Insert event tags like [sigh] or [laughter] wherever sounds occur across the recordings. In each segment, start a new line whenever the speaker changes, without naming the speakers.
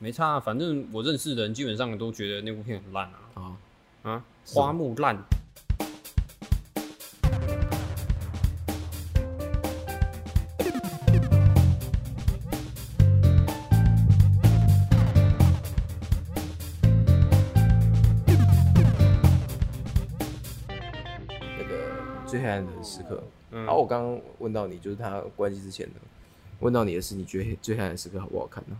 没差、啊，反正我认识的人基本上都觉得那部片很烂啊
啊，
啊，
是
花木烂。
那个最黑暗的时刻。
嗯
然后我刚刚问到你，就是他关机之前的，问到你的是你觉得最黑暗的时刻好不好看呢、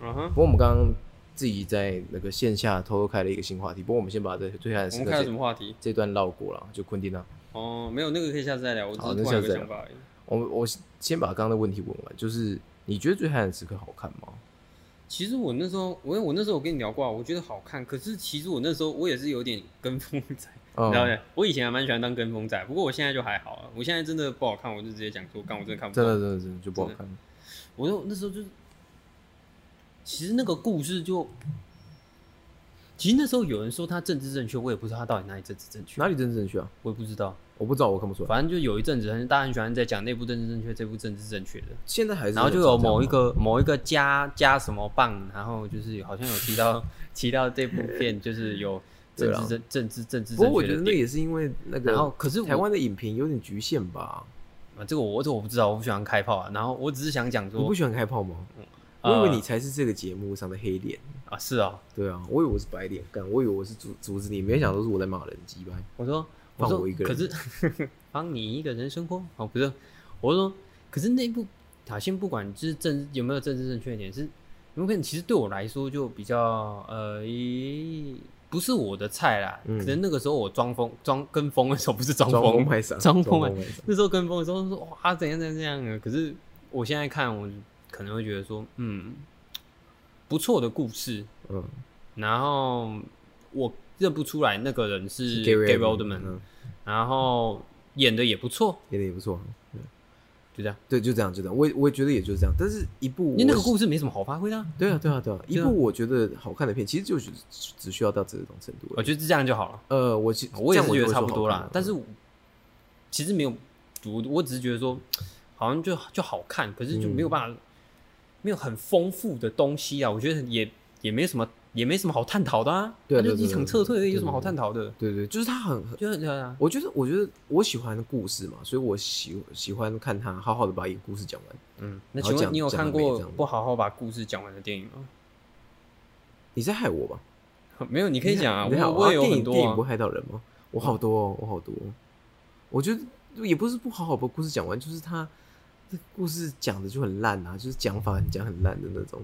嗯哼，
不过我们刚刚自己在那个线下偷偷开了一个新话题，不过我们先把这最黑暗的
我
时
们
刻
看有什
这
么话题？
这段绕过了，就昆汀啊。
哦，没有，那个可以下次再聊。我只
好
是
那
突然有
下次
个
再
想
聊
法而已。
我我先把刚刚的问题问完，就是你觉得最黑暗的时刻好看吗？
其实我那时候，我我那时候我跟你聊过啊，我觉得好看。可是其实我那时候我也是有点跟风仔，
嗯
你知道吗？我以前还蛮喜欢当跟风仔，不过我现在就还好啊。我现在真的不好看，我就直接讲说，干我真的看不
真
懂。
的真的真的就不好看。
我就那时候就是，其实那个故事就，其实那时候有人说他政治正确，我也不知道他到底哪里政治正确，
哪里真正去啊？
我也不知道。
我不知道，我看不出来。
反正就有一阵子很大家很喜欢在讲那部政治正确，这部政治正确的。
现在还是
然后就
这
有
样啊吗
某一个某一个加加什么棒，然后就是好像有提到提到这部片就是有政
[laughs] 对啊
治政政治政治
不过
正
我
确
觉
的
得那
点。
也是因为那个，
然后可是我
台湾的影评有点局限吧？
啊这个我这个我不知道，我不喜欢开炮啊。然后我只是想讲
你不
说
喜欢开炮吗？
呃
我以为你才是这个节目上的黑脸。
啊是啊，
对啊，我以为我是白脸，干，我以为我是阻阻止你，没想到是我在骂人，鸡掰。
我说我
放
说
我一个
可
人
是 [laughs] 帮你一个人生活哦不是，我说可是那部塔先不管就是政有没有政治正确点是。有可能其实对我来说就比较呃，咦不是我的菜啦。
嗯
可能那个时候我装疯装跟风的时候不是装
装疯
疯，
卖傻，
装疯
卖
卖
傻。
那时候跟风的时候说哇怎样怎样怎样的，可是我现在看我可能会觉得说嗯不错的故事，
嗯，
然后我认不出来那个人是 Gary
Gary
Oldman，、
嗯
然后演的也不错，
演的也不错。
就
对
这样。
对，就这样，就这样。我也我也觉得也就是这样，但是一部
因为那个
我
故事没什么好发挥的啊、
对啊，对啊，对啊，一
对啊
部我觉得好看的片，其实就只只需要到这种程度
我
了。
觉得这样就好了。
呃，我其
我也是觉得差不多啦
了，，嗯
但是我其实没有，我我只是觉得说，好像就就好看，可是就没有办法，
嗯
没有很丰富的东西啊。我觉得也也没什么，也没什么好探讨的啊。
对啊
它就
对啊
是一场撤退而已，有什么好探讨的？
对对，就是它很很
就是对啊，
我觉得，我觉得我喜欢故事嘛，所以我喜喜欢看他好好的把一个故事讲完。
嗯。那
然后
请问
讲
你有
讲
看
得没
过
这样
不好好把故事讲完的电影吗？ [laughs]
你在害我吧？
没有，你可以讲啊，
你在害
我
我
我也有
电
很
影电
多
影不
啊。
会害到人吗？我好多哦，我好多哦。我觉得也不是不好好把故事讲完，就是他这个故事讲的就很烂啊，就是讲法很讲很烂的那种。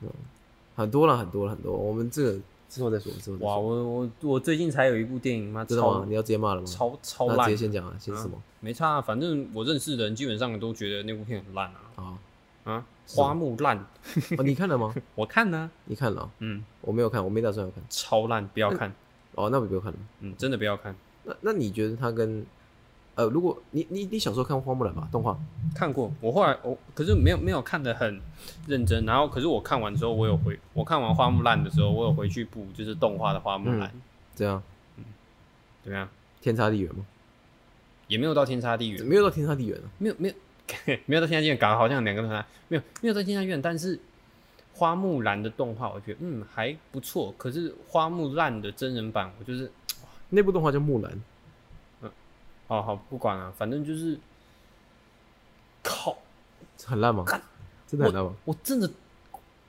嗯，很多了，很多了，很多。我们这个之后再说，之后再
哇，
说。
我我我最近才有一部电影嘛，
知道啊吗
超？
你要直接骂了吗？
超超
那直
烂
接，先讲啊，先是什么？
没差啊。反正我认识的人基本上都觉得那部片很烂啊
啊，
啊，
是
花木烂。
哦，你看
[laughs]
了吗？
我看呢、
你看了啊？
嗯，
我没有看，我没打算要看。
超烂，不要看，
哦，那我不要看了。
嗯，真的不要看。
那那你觉得他跟呃，如果你你你小时候看过花木兰吧，动画
看过，我后来我可是没有没有看得很认真，然后可是我看完之后，我有回，我看完花木兰的时候，我有回去补就是动画的花木兰，
这样
怎么样？
天差地远吗？
也没有到天差地远，
没有到天差地远啊。
没有没有 [laughs] 没有到天差地远，搞得好像两个人啊没有没有到天差地远，但是花木兰的动画我觉得嗯还不错，可是花木兰的真人版我就是
那部动画叫《木兰》，
哦好不管了、反正就是靠
很烂吗
干？
真的很烂吗？
我真的，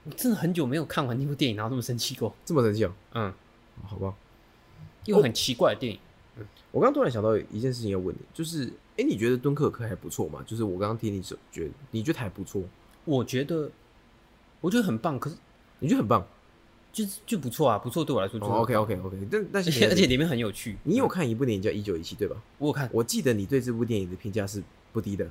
我真的很久没有看完那部电影，然后这么生气过。
这么神奇哦？
嗯，
好吧，
又很奇怪的电影。
我刚刚突然想到一件事情要问你，就是哎，你觉得《敦刻尔克》还不错吗？就是我刚刚听你说，觉得你觉得还不错，
我觉得，我觉得很棒，可是
你觉得很棒。
就是就不错啊，不错对我来说就是、
哦，OK OK OK，但但
而
是
且
你
而且里面很有趣。嗯
你有看一部电影叫《一九一七》对吧？
我有看，
我记得你对这部电影的评价是不低的，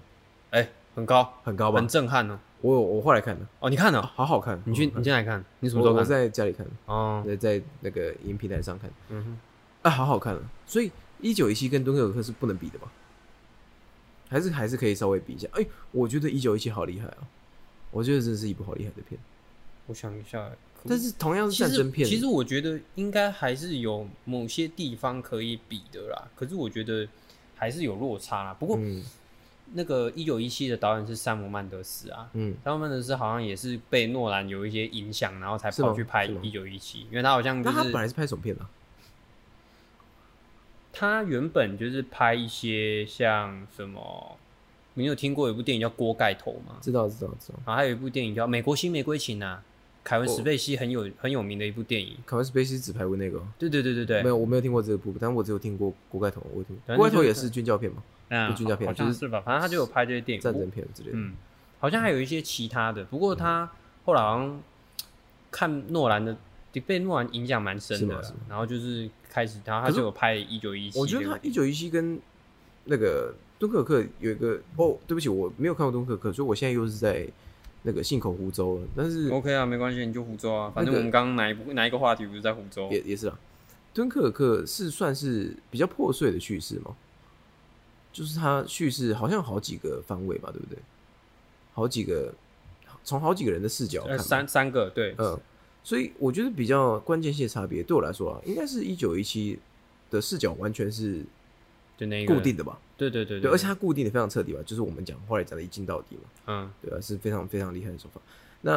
哎、很高，
很高吧
很？震撼哦。
我有我后来看的，
哦，你看了、
啊好好看。
你去
好好
你
看
去哪里看？你什么时
我
候
我
看？
在家里看的。
哦，
在在那个影音平台上看
嗯哼，
啊，好好看啊！所以一九一七跟敦刻尔克是不能比的吧？还是还是可以稍微比一下？哎、我觉得一九一七好厉害啊！我觉得真的是一部好厉害的片，
我想一下。可
但是同样是
其
战
实
争片，
其实我觉得应该还是有某些地方可以比的啦，可是我觉得还是有落差啦。不过
嗯，
那个一九一七的导演是山姆曼德斯啊，
嗯，
山姆曼德斯好像也是被诺兰有一些影响，然后才
是吗
跑去拍
是吗
一九一七，因为他好像就
那他
是
本来是拍什么片的啊、
他原本就是拍一些像什么，你有听过有一部电影叫《锅盖头》吗？
知道知道知道。
然后还有一部电影叫《美国新玫瑰情》啊，凯文·
哦
史贝西很有很有名的一部电影。
凯文·史贝西只拍过那个哦，
对对对对
没
对，
有，我没有听过这个部，但我只有听过《锅盖头》，我有听过
反正
《锅盖头
就》是
也是军教片嘛，
嗯，
不军教片
好像
就是
是吧？反正他就有拍这些电影。
战争片嗯之类的。
嗯，好像还有一些其他的，不过他后来好像看诺兰的，被诺兰影响蛮深的
是吗是
啦
吗，
然后就是开始，然后
可
他
是
就有拍《一九一七》。
我觉得他一九一七跟那个敦刻尔克有一个哦，对不起，我没有看过敦刻尔克，所以我现在又是在那个信口胡诌了。但是
OK 啊，没关系，你就胡诌啊，反正
那个
我们刚刚哪一部哪一个话题不是在胡诌？
也也是啊，敦刻尔克是算是比较破碎的叙事嘛，就是它叙事好像有好几个方位吧，对不对？好几个，从好几个人的视角看
呃，
嘛，
三三个对，
嗯，所以我觉得比较关键性的差别，对我来说啊，应该是一九一七的视角完全是
就那一个
固定，的吧？
对对对
对，而且它固定的非常彻底吧，就是我们讲后来讲的一镜到底嘛，
嗯
对吧、啊是非常非常厉害的手法。那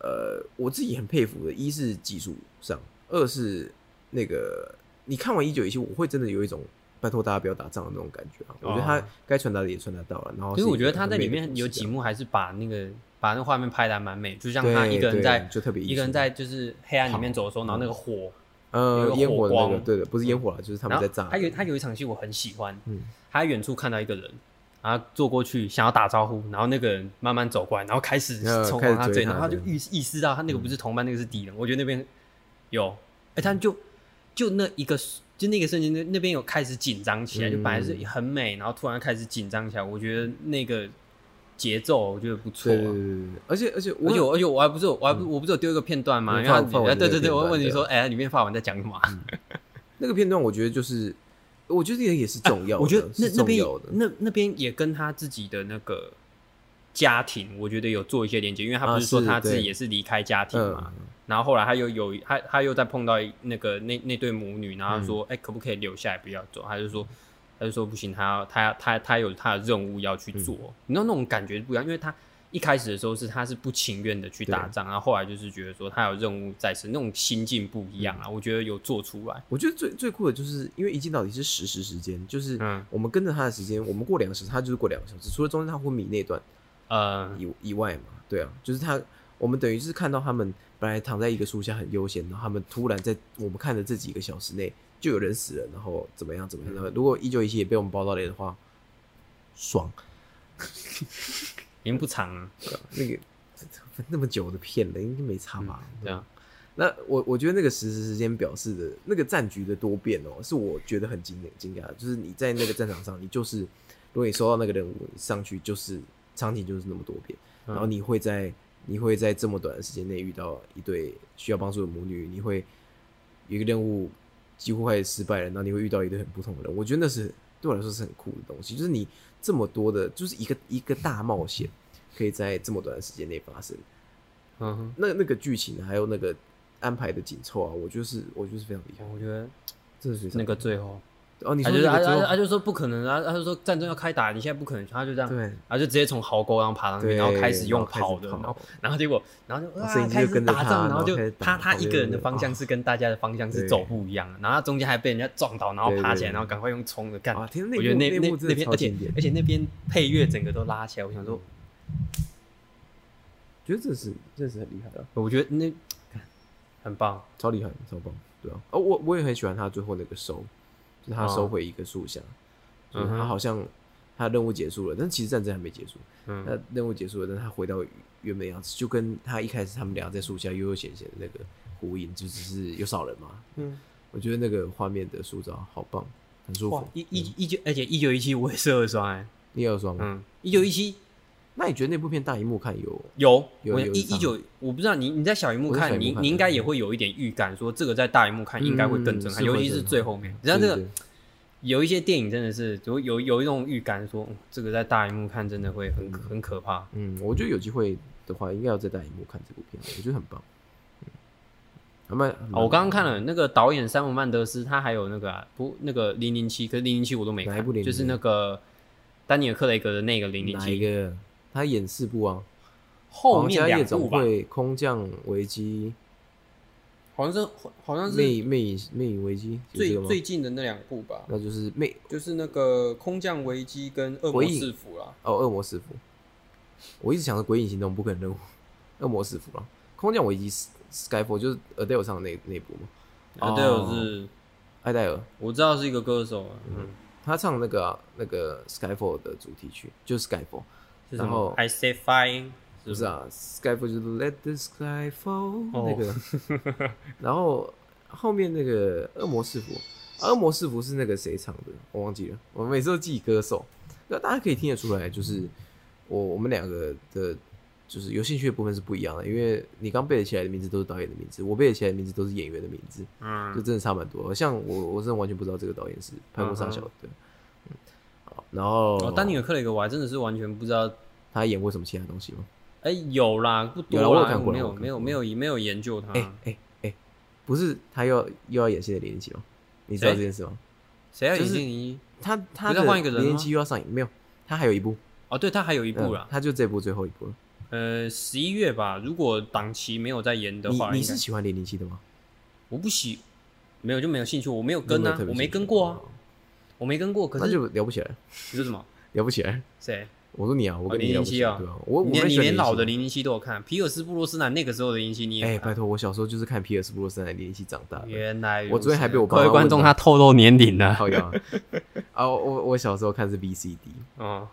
呃，我自己很佩服的，一是技术上，二是那个你看完一九一七，我会真的有一种拜托大家不要打仗的那种感觉啊。我觉得他该传达的也传达到了，然后
哦可是我觉得他
他
在里面
啊
有几幕还是把那个把那个画面拍的还蛮美，就像
对
他一个人
对
在
就特别
一个人
艺术
在就是黑暗里面走的时候，然后那个火，有
呃
一个
烟火的那
火
个，
光嗯
对的，不是烟火啦，就是他们
然
在
后
炸。
他有他有一场戏我很喜欢，
嗯
他在远处看到一个人，然后坐过去想要打招呼，然后那个人慢慢走过来，然后开始
呃
冲
开始
往他
追
追，
他嗯
然后他就
对
意意识到他那个不是同伴，那个是敌人。我觉得那边有，哎、他就就那一个就那个瞬间，那那边有开始紧张起来，就本来
嗯
是很美，然后突然开始紧张起来。我觉得那个节奏我觉得不错、
对对对
啊。
对对，而且而且
而
我
且我，而且我还不是，我还不，我不是有丢一个片段吗？
嗯
因为他
放放完
对
这
对
个
对，
片
我
段
问你
对
说，哎，里面发文在讲什么啊？
那个片段，我觉得就是，我觉得也也是重要的，
我觉得那
是
那
重
边
要的。嗯
那那边也跟他自己的那个家庭，我觉得有做一些连接，因为他
啊
不是说
是
他自
对
己也是离开家庭
嗯
嘛，然后后来他又有他他又再碰到一那个那那对母女，然后他
嗯
说哎、可不可以留下来不要走？他就说他就说不行，他要他要他他有他的任务要
嗯
去做，你知道那种感觉不一样，因为他。一开始的时候是他是不情愿的去打
对
仗，然后后来就是觉得说他有任务在身，那种心境不一样
嗯
啊，我觉得有做出来，
我觉得最最酷的就是，因为一镜到底是实时时间，就是
嗯
我们跟着他的时间，我们过两个小时，他就是过两个小时，除了中间他昏迷那段
呃，
以以外嘛，对啊，就是他，我们等于是看到他们本来躺在一个树下很悠闲，然后他们突然在我们看的这几个小时内就有人死了，然后怎么样怎么样，然后如果一九一七也被我们报到雷的话，爽，
已经不长了，
对啊那个那么久的片了，应该没差吧？
对啊，
那我我觉得那个实时时间表示的那个战局的多变哦，是我觉得很惊惊讶的。就是你在那个战场上，你就是如果你收到那个任务，你上去就是场景就是那么多变，
嗯
然后你会在你会在这么短的时间内遇到一对需要帮助的母女，你会有一个任务几乎快失败了，然后你会遇到一堆很不同的人。我觉得那是对我来说是很酷的东西，就是你这么多的，就是一个一个大冒险，可以在这么短的时间内发生。
嗯哼。
那那个剧情还有那个安排的紧凑啊，我就是我就是非常厉害，
我觉得
真的是
那个最后，
哦，你
他
说
就是
那
他
个之
他
后
他就说不可能啊，他就说战争要开打，你现在不可能，他就这样，
对
然后就直接从壕沟上爬上去，
对
啊然后开始用
然后
跑
开始
的，
跑哦
然后然后结果然后就
摄影
哇
机就
开始
跟着他
打仗，然后就
然后开始打
他他一个人的
跑
方向是跟大家的方向是
对
走不一样的，然后他中间还被人家撞倒，然后爬起
对对
来，
对
然后赶快用冲的干，
啊，天哪，
我觉得那
那
那
幕真
那
的
边
超
而且
经典嗯
而且那边配乐整个都拉起来，我想说，
觉得这是这是很厉害的，
我觉得那很棒，
超厉害，超棒，对啊，哦，我我也很喜欢他最后那个收，就是他收回一个树下，就是
嗯
他
哼
好像他任务结束了，但其实战争还没结束，
嗯
那任务结束了，但他回到原本的样子，就跟他一开始他们俩在树下悠悠闲闲的那个呼应，就只是有少人嘛，
嗯，
我觉得那个画面的塑造好棒，很舒
哇
服，，
一一一九，而且一九一七我也是二刷哎，
你也有双吗？
嗯，一九一七。
那你觉得那部片大荧幕看有？
有，
有
我
有
一
一张
一九，我不知道你你在小荧幕
我在小
看，
荧幕
你
看
你
的
应该也会有一点预感，说这个在大荧幕看应该会更震撼，
嗯是会
尤其是
震撼
最后面。你知道这
对
个
对
有一些电影真的是有有有一种预感说，嗯这个在大荧幕看真的会很可很可怕。
嗯，我觉得有机会的话，应该要在大荧幕看这部片，我觉得很棒。嗯，还蛮……还蛮
哦，我刚刚看了那个导演山姆曼德斯，他还有那个啊、不那个零零七，可是零零七我都没
哪一
看
部，007
就是那个丹尼尔·克雷格的那个零零
哪一
七
个？他演四部啊，
后
皇
面
家夜
两
总
部吧，
会、空降危机、
好像是好像是
魅魅影魅影危机，是这
最
个吗？
最近的那两部吧，
那就是魅
就是那个空降危机跟恶魔
回忆
制服啦。
哦，恶魔师傅。我一直想着《鬼影行动》不可能任务， [laughs] 恶魔师傅啊，空降危机 Skyfall 就是 Adele 上的那那一部嘛，
啊，
哦
对，我是
艾戴尔
我知道是一个歌手啊，嗯，
他唱那个啊、那个 Skyfall 的主题曲，就是 Skyfall，
是什
然后
么？I say fine，
不是
吧
啊，Skyfall 就是 Let the Sky Fall、
哦
那个，然后后面那个恶魔师傅，恶魔师傅是那个谁唱的，我忘记了，我每次都记歌手，那大家可以听得出来，就是我我们两个的，就是有兴趣的部分是不一样的，因为你刚背得起来的名字都是导演的名字，我背得起来的名字都是演员的名字，就
嗯，
真的差蛮多。像我，我真的完全不知道这个导演是拍过啥小的，对，嗯，好，然后、
哦，丹尼尔·克雷格我还真的是完全不知道，
他演过什么其他东西吗？
哎，有啦，不多
有啦我有
啦，
看过啦
没
我
有
有看
没有
过
没有没有研究他
哎。哎哎，不是他又要又要演新的零零七吗？你知道
谁
这件事吗？
谁要啊演
就是
电影？
他他
哎不
的
是换一个人吗
零零七又要上映，没有，他还有一部，
哦，对他还有一
一
部啦，
他就这部最后一部了。
呃，十一月吧。如果档期没有在延的
你
话，
嗯你
应该
是喜欢零零七的吗？
我不喜，没有就没有兴趣，我没有
你
跟
有
啊
特，别
我没
兴趣
跟过啊，
哦
我没跟过。可
那
是
就聊不起来，
你说什么？
聊不起来。
谁？
我说你啊，我跟你聊不起
007啊
来，对吧？我我
你连
蛮
你
喜欢
连老的
007
零零七都有看，皮尔斯布鲁斯南那个时候的零零七你也
啊哎，
有看
拜托，我小时候就是看皮尔斯布鲁斯的零零七长大的。啊
原来如此
我昨天还被我爸
各位
妈
观
问
众
到
他透露年龄了。
好呀，啊，我我我小时候看是 VCD，
哦，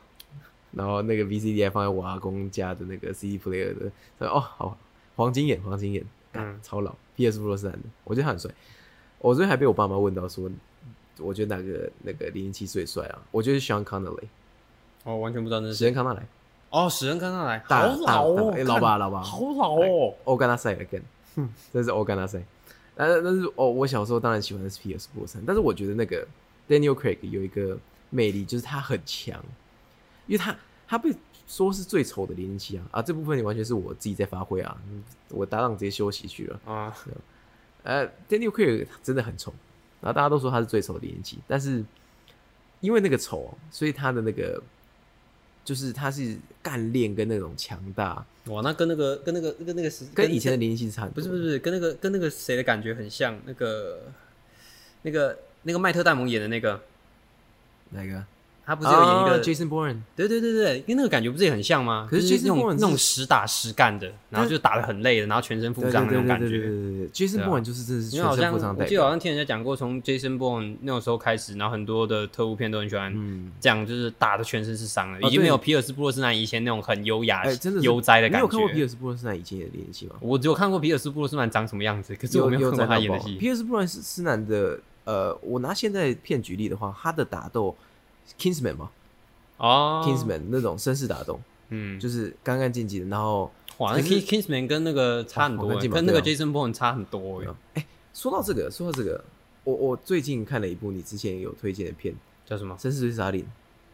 然后那个 VCD 还放在我阿公家的那个 CD player 的，他说哦，好，黄金眼，黄金眼，
嗯
超老，PS 布洛斯兰的，我觉得他很帅。我昨天还被我爸妈问到说，我觉得哪个那个零零七最帅啊？我觉得是 Sean Connery，
我哦完全不知道那是
史
谁。
恩康纳莱，
哦，史恩康纳莱，
大
好老哦，
大大哎
干
老吧老吧
好老哦。
欧甘纳塞 again，这是欧甘纳塞。但是但是哦，我小时候当然喜欢的是 PS 布洛斯兰，但是我觉得那个 Daniel Craig 有一个魅力，就是他很强，因为他他被说是最丑的零零七啊啊，这部分完全是我自己在发挥啊，我搭档直接休息去了。
啊，
呃，Daniel Craig 真的很丑，然后大家都说他是最丑的演技，但是因为那个丑，所以他的那个就是他是干练跟那种强大，
哇，那跟那个跟那个跟那个是
跟以前的零零七差很
不
多
是不是不是跟那个跟那个谁的感觉很像，那个那个那个麦特戴蒙演的那个，
哪个？
他
不
不是有演一个、
Jason Bourne，
对对对对，跟那个感觉不是也很像吗？
可是
啊就是那
Jason
种
Bourne 是
那种实打实干的，然后就打的很累的，然后全身负
对对
伤的那
对
种
对
感
对对
觉。
对对，Jason
啊
Bourne 就是真的是
因为好
全身
像
负伤
我
代
记得好
表，
像听人家讲过，从 Jason Bourne 那种时候开始，然后很多的特务片都很喜欢
嗯，
这样，就是打的全身是伤了，
哦
已经没有
对
皮尔斯布洛斯南以前那种很优雅、
哎，真的是
悠哉的
你
感
有看过皮
觉。
尔斯布伦斯南以前演的零零七吗？
我只有看过皮尔斯布洛斯南长什么样子，可是我没有
有
看
在
过他演的
爆
戏。
皮尔斯布伦斯斯南的，呃，我拿现在片举例的话，他的打斗 Kingsman 嘛。
哦
Kingsman 那种绅士打斗，
嗯，
就是干干净净的。然后
哇，那
可是
King- Kingsman 跟那个差很
哦
多
好干
欸，
净嘛
跟那个
对
Jason Bourne 差很多欸
嗯说到这个，说到这个，我我最近看了一部你之前有推荐的片
叫什么？
《绅士追杀令》，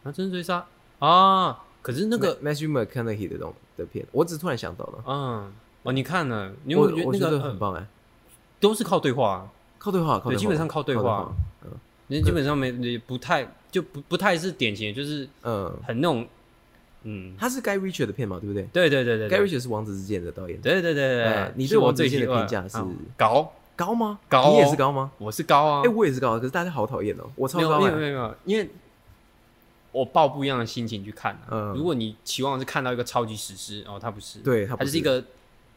啊，真人追杀啊！可是那
那
个
个 Matthew McConaughey 的东的片，我只是突然想到了，
嗯，哦，你看了，你有
我
没有
我
觉
觉
得那
得
个
很
呃
棒哎，
都是靠对话啊，
靠对话，靠
对，
对话，
基本上靠对话，，人基本上没也不太就不不太是典型的，就是
嗯，
很那种，嗯，
他是 Guy Ritchie 的片嘛，对不对
对对对对
？Guy
对
Ritchie 是《王子之剑》的导演，
对对对对
呃，你
是
对
我
王子
最
健
喜
的
欢
评价是
啊高，
高吗？
高哦
你也是高吗？
我是高啊
哎，，我也是高，可是大家好讨厌哦，我超
没有
高
没有
哎，
没有没有，因为我抱不一样的心情去看啊。
嗯
如果你期望是看到一个超级史诗，哦，它不是，
对
它
它不
就是一
是
个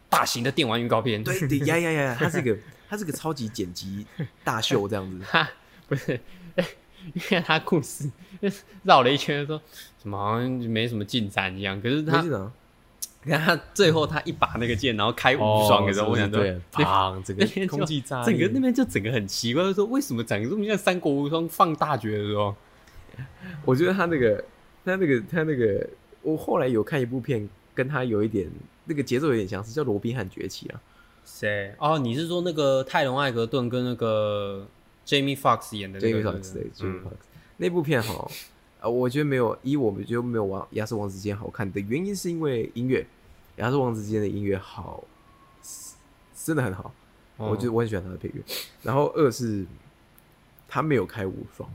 大型的电玩预告片。
对对呀呀呀，他是一个他是个超级剪辑大秀这
[laughs]
样子，
[laughs] 哈，不是，哎因为它故事绕了一圈，说什么好像没什么进展一样。可是
没
他
事，啊。
你看他最后他一把那个剑，然后开无双的时候，哦我想说，
哦对，啊砰，整
那
个嗯
边就
空气炸
整
裂，
个那边就整个很奇怪，就说为什么长得这么像三国无双放大决的时候，
我觉得他那个，他那个，他那个，我后来有看一部片，跟他有一点那个节奏有点相似，叫《罗宾汉崛起》啊。
谁？哦，你是说那个泰隆·艾格顿跟那个 Jamie Fox 演的那
Jamie
个
Fox 对
嗯
，Jamie Fox 那部片哈，呃，我觉得没有，一我们觉得没有《王亚瑟王子之剑》好看的原因是因为音乐，《亚瑟王子之剑》的音乐好，是真的很好，
哦
我觉得我很喜欢他的配乐。然后二是他没有开无双，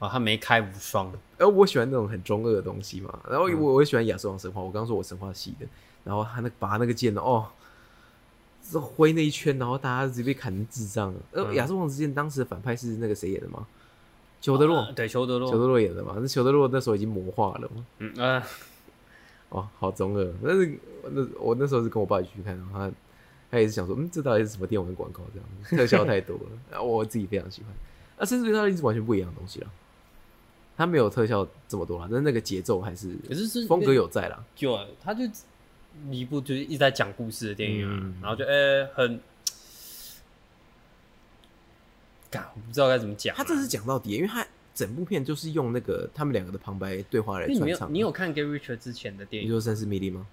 啊，他没开无双，
呃，我喜欢那种很中二的东西嘛。然后
嗯
我我也喜欢亚瑟王神话，我刚刚说我神话系的。然后他那拔那个剑的哦，这挥那一圈，然后大家直接被砍成智障了。呃，
嗯
亚瑟王之剑当时的反派是那个谁演的吗？裘德洛，
啊对，裘德洛，
裘德洛演的嘛。那裘德洛那时候已经魔化了嘛。
嗯呃，
哦，好中二。但是那我那时候是跟我爸一起去看，然后他他也是想说，嗯，这到底是什么电玩广告这样，特效太多了。 [laughs] 然后我自己非常喜欢。啊，甚至对他一直完全不一样的东西了。他没有特效这么多啦，但是那个节奏还是
可是是
风格有在啦。
就他就一部就是一直在讲故事的电影啊，
嗯
然后就呃、很，嘎，我不知道该怎么讲啊、
他这是讲到底，因为他整部片就是用那个他们两个的旁白对话来
因为你没
穿
有
插。
你有看 Gary Richard 之前的电
你
影，
说《三十米粒》吗？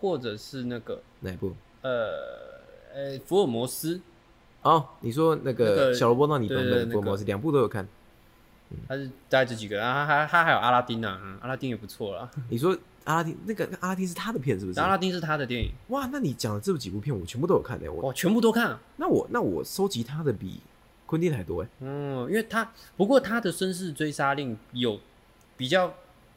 或者是那个
哪一部？
呃呃福尔摩斯，
哦，你说那
那
个
个
小萝卜到你版
对对
本
对
的福尔摩斯，两部都有看。
他是大概这几个，然后他他还有阿拉丁啊，嗯阿拉丁也不错啦，
你说阿拉丁那个阿拉丁是他的片是不是
阿？拉丁是他的电影，
哇，那你讲的这几部片我全部都有看的、我
哇，全部都看啊、
那我那我收集他的比昆汀还多哎、
嗯，因为他不过他的《绅士追杀令》有比较，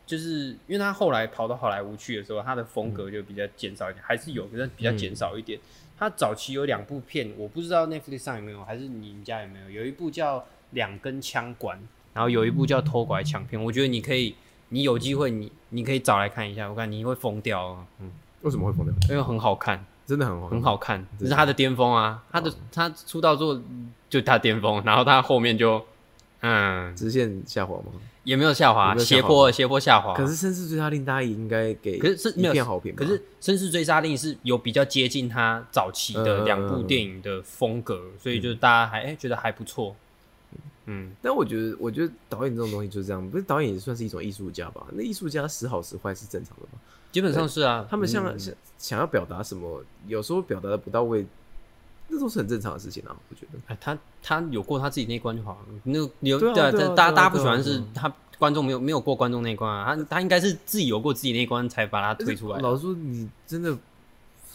就是因为他后来跑到好莱坞去的时候，他的风格就比较减少一点，还是有，可是比较减少一点。他早期有两部片，我不知道 Netflix 上有没有，还是你们家有没有？有一部叫《两根枪管》，然后有一部叫《偷拐抢骗》，我觉得你可以，你有机会你你可以找来看一下，我看你会疯掉哦，嗯，
为什么会疯掉？
因为很好看，
真的很好，
很。好看，
真
这
的
是他的巅峰啊，他的他出道作就他巅峰，然后他后面就。嗯，
直线下滑吗？
也没有下
也
滑，
没有下
斜
滑
坡斜坡下滑。
可是《绅士追杀令》大家也应该给
可是是没
一
有
片好评吧，
可是《绅士追杀令》是有比较接近他早期的
嗯
两部电影的风格，所以就是大家还哎、觉得还不错。嗯，
但我觉得，我觉得导演这种东西就是这样，不是导演也算是一种艺术家吧？那艺术家时好时坏是正常的吧？
基本上是啊。
他们像、
嗯
想想要表达什么，有时候表达的不到位，那都是很正常的事情啊。我觉得，
哎他他有过他自己那一关就好了。那个有
对啊
啊，
对啊
但大家
对啊
大家不
对啊
喜欢
对啊
是他观众没有没有过观众那一关啊，他他应该是自己有过自己那一关才把他推出来的。
老实说，你真的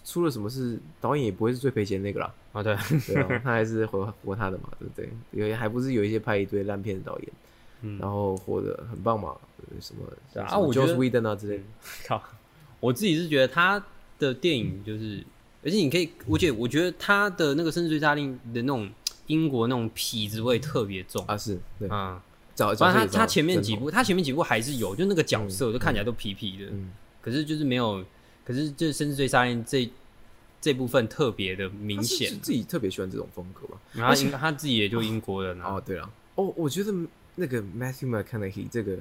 出了什么事，导演也不会是最赔钱的
[laughs]
那个啦。
啊，对，
对啊，他还是活活他的嘛，对不对？有还不是有一些拍一堆烂片的导演，
嗯
然后活得很棒嘛，呃什么
对啊
什么
我觉
Joss
得
Whedon 啊之类的。
靠，我自己是觉得他的电影就是，而且你可以，而且我觉得他的那个《绅士追杀令》的那种英国那种痞子味特别重
啊，是对，
啊。
早
反正
早就
他
有
他前面
正
几
统
部，他前面几部还是有，就那个角色就看起来都痞痞的，
嗯
可是就是没有，可是就是《绅士追杀令》这这部分特别的明
他是
显。
自己特别喜欢这种风格吧？
然后他英他自己也就英国人啊
哦，，对了，哦，我觉得那个 Matthew McConaughey 这个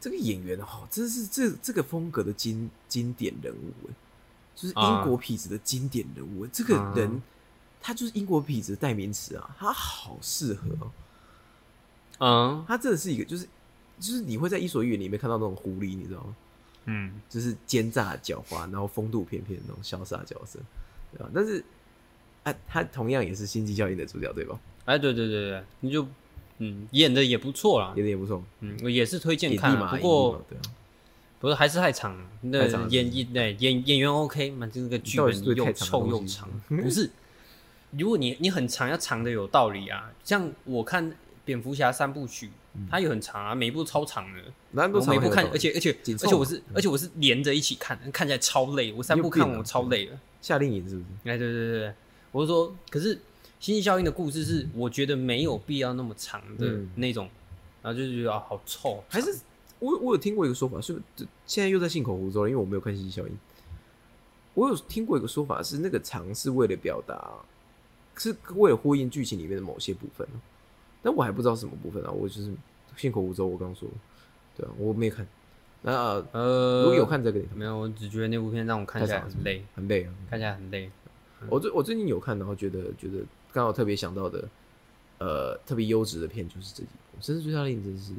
这个演员哦，真是这这个风格的经经典人物哎，就是英
啊
国痞子的经典人物。欸这个人、
嗯
他就是英国痞子的代名词啊，他好适合哦，
嗯
他真的是一个就是就是你会在《伊索寓言》里面看到那种狐狸，你知道吗？
嗯，
就是奸诈狡猾，然后风度翩翩的那种潇洒角色，对吧？但是啊，他同样也是《星际效应》的主角，对吧？
哎，对对对对，你就嗯演的也不错啦，
演的也不错，
嗯，我也是推荐
演
看
绎
啊，
嘛，
不
演
过
绎嘛，对啊。
不是，还是太长了。那
太长了
演演对演演员 OK 嘛，就是那个剧
到底是
本
对
又
太长
臭
的
又
东西
长。
[laughs]
不是，如果你你很长，要长的有道理啊。像我看蝙蝠侠三部曲，
嗯
它也很长啊，每一部超长的。
难度
我
长
每部
很
看，
高
而且而且
紧凑
而且我
嘛嗯
是而且我是连着一起看，看起来超累。我三
你
部
有病
看
啊
我超累了。
夏令营是不是？
哎，对对对对，我是说，可是《星际效应》的故事是我觉得没有必要那么长的
嗯
那种，然后就觉得啊好臭，
还是我我有听过一个说法，是这现在又在信口胡诌了，因为我没有看《星际效应》。我有听过一个说法是，那个长是为了表达，是为了呼应剧情里面的某些部分啊但我还不知道是什么部分啊，我就是信口胡诌。我刚说，对啊，我没看。那、啊
呃，
如果有看这个，
没有，我只觉得那部片让我看起来很累，
很累啊。
看起来很累。
我最我最近有看，然后觉得觉得刚好特别想到的，呃，特别优质的片就是这几部，《甚至追杀令》真是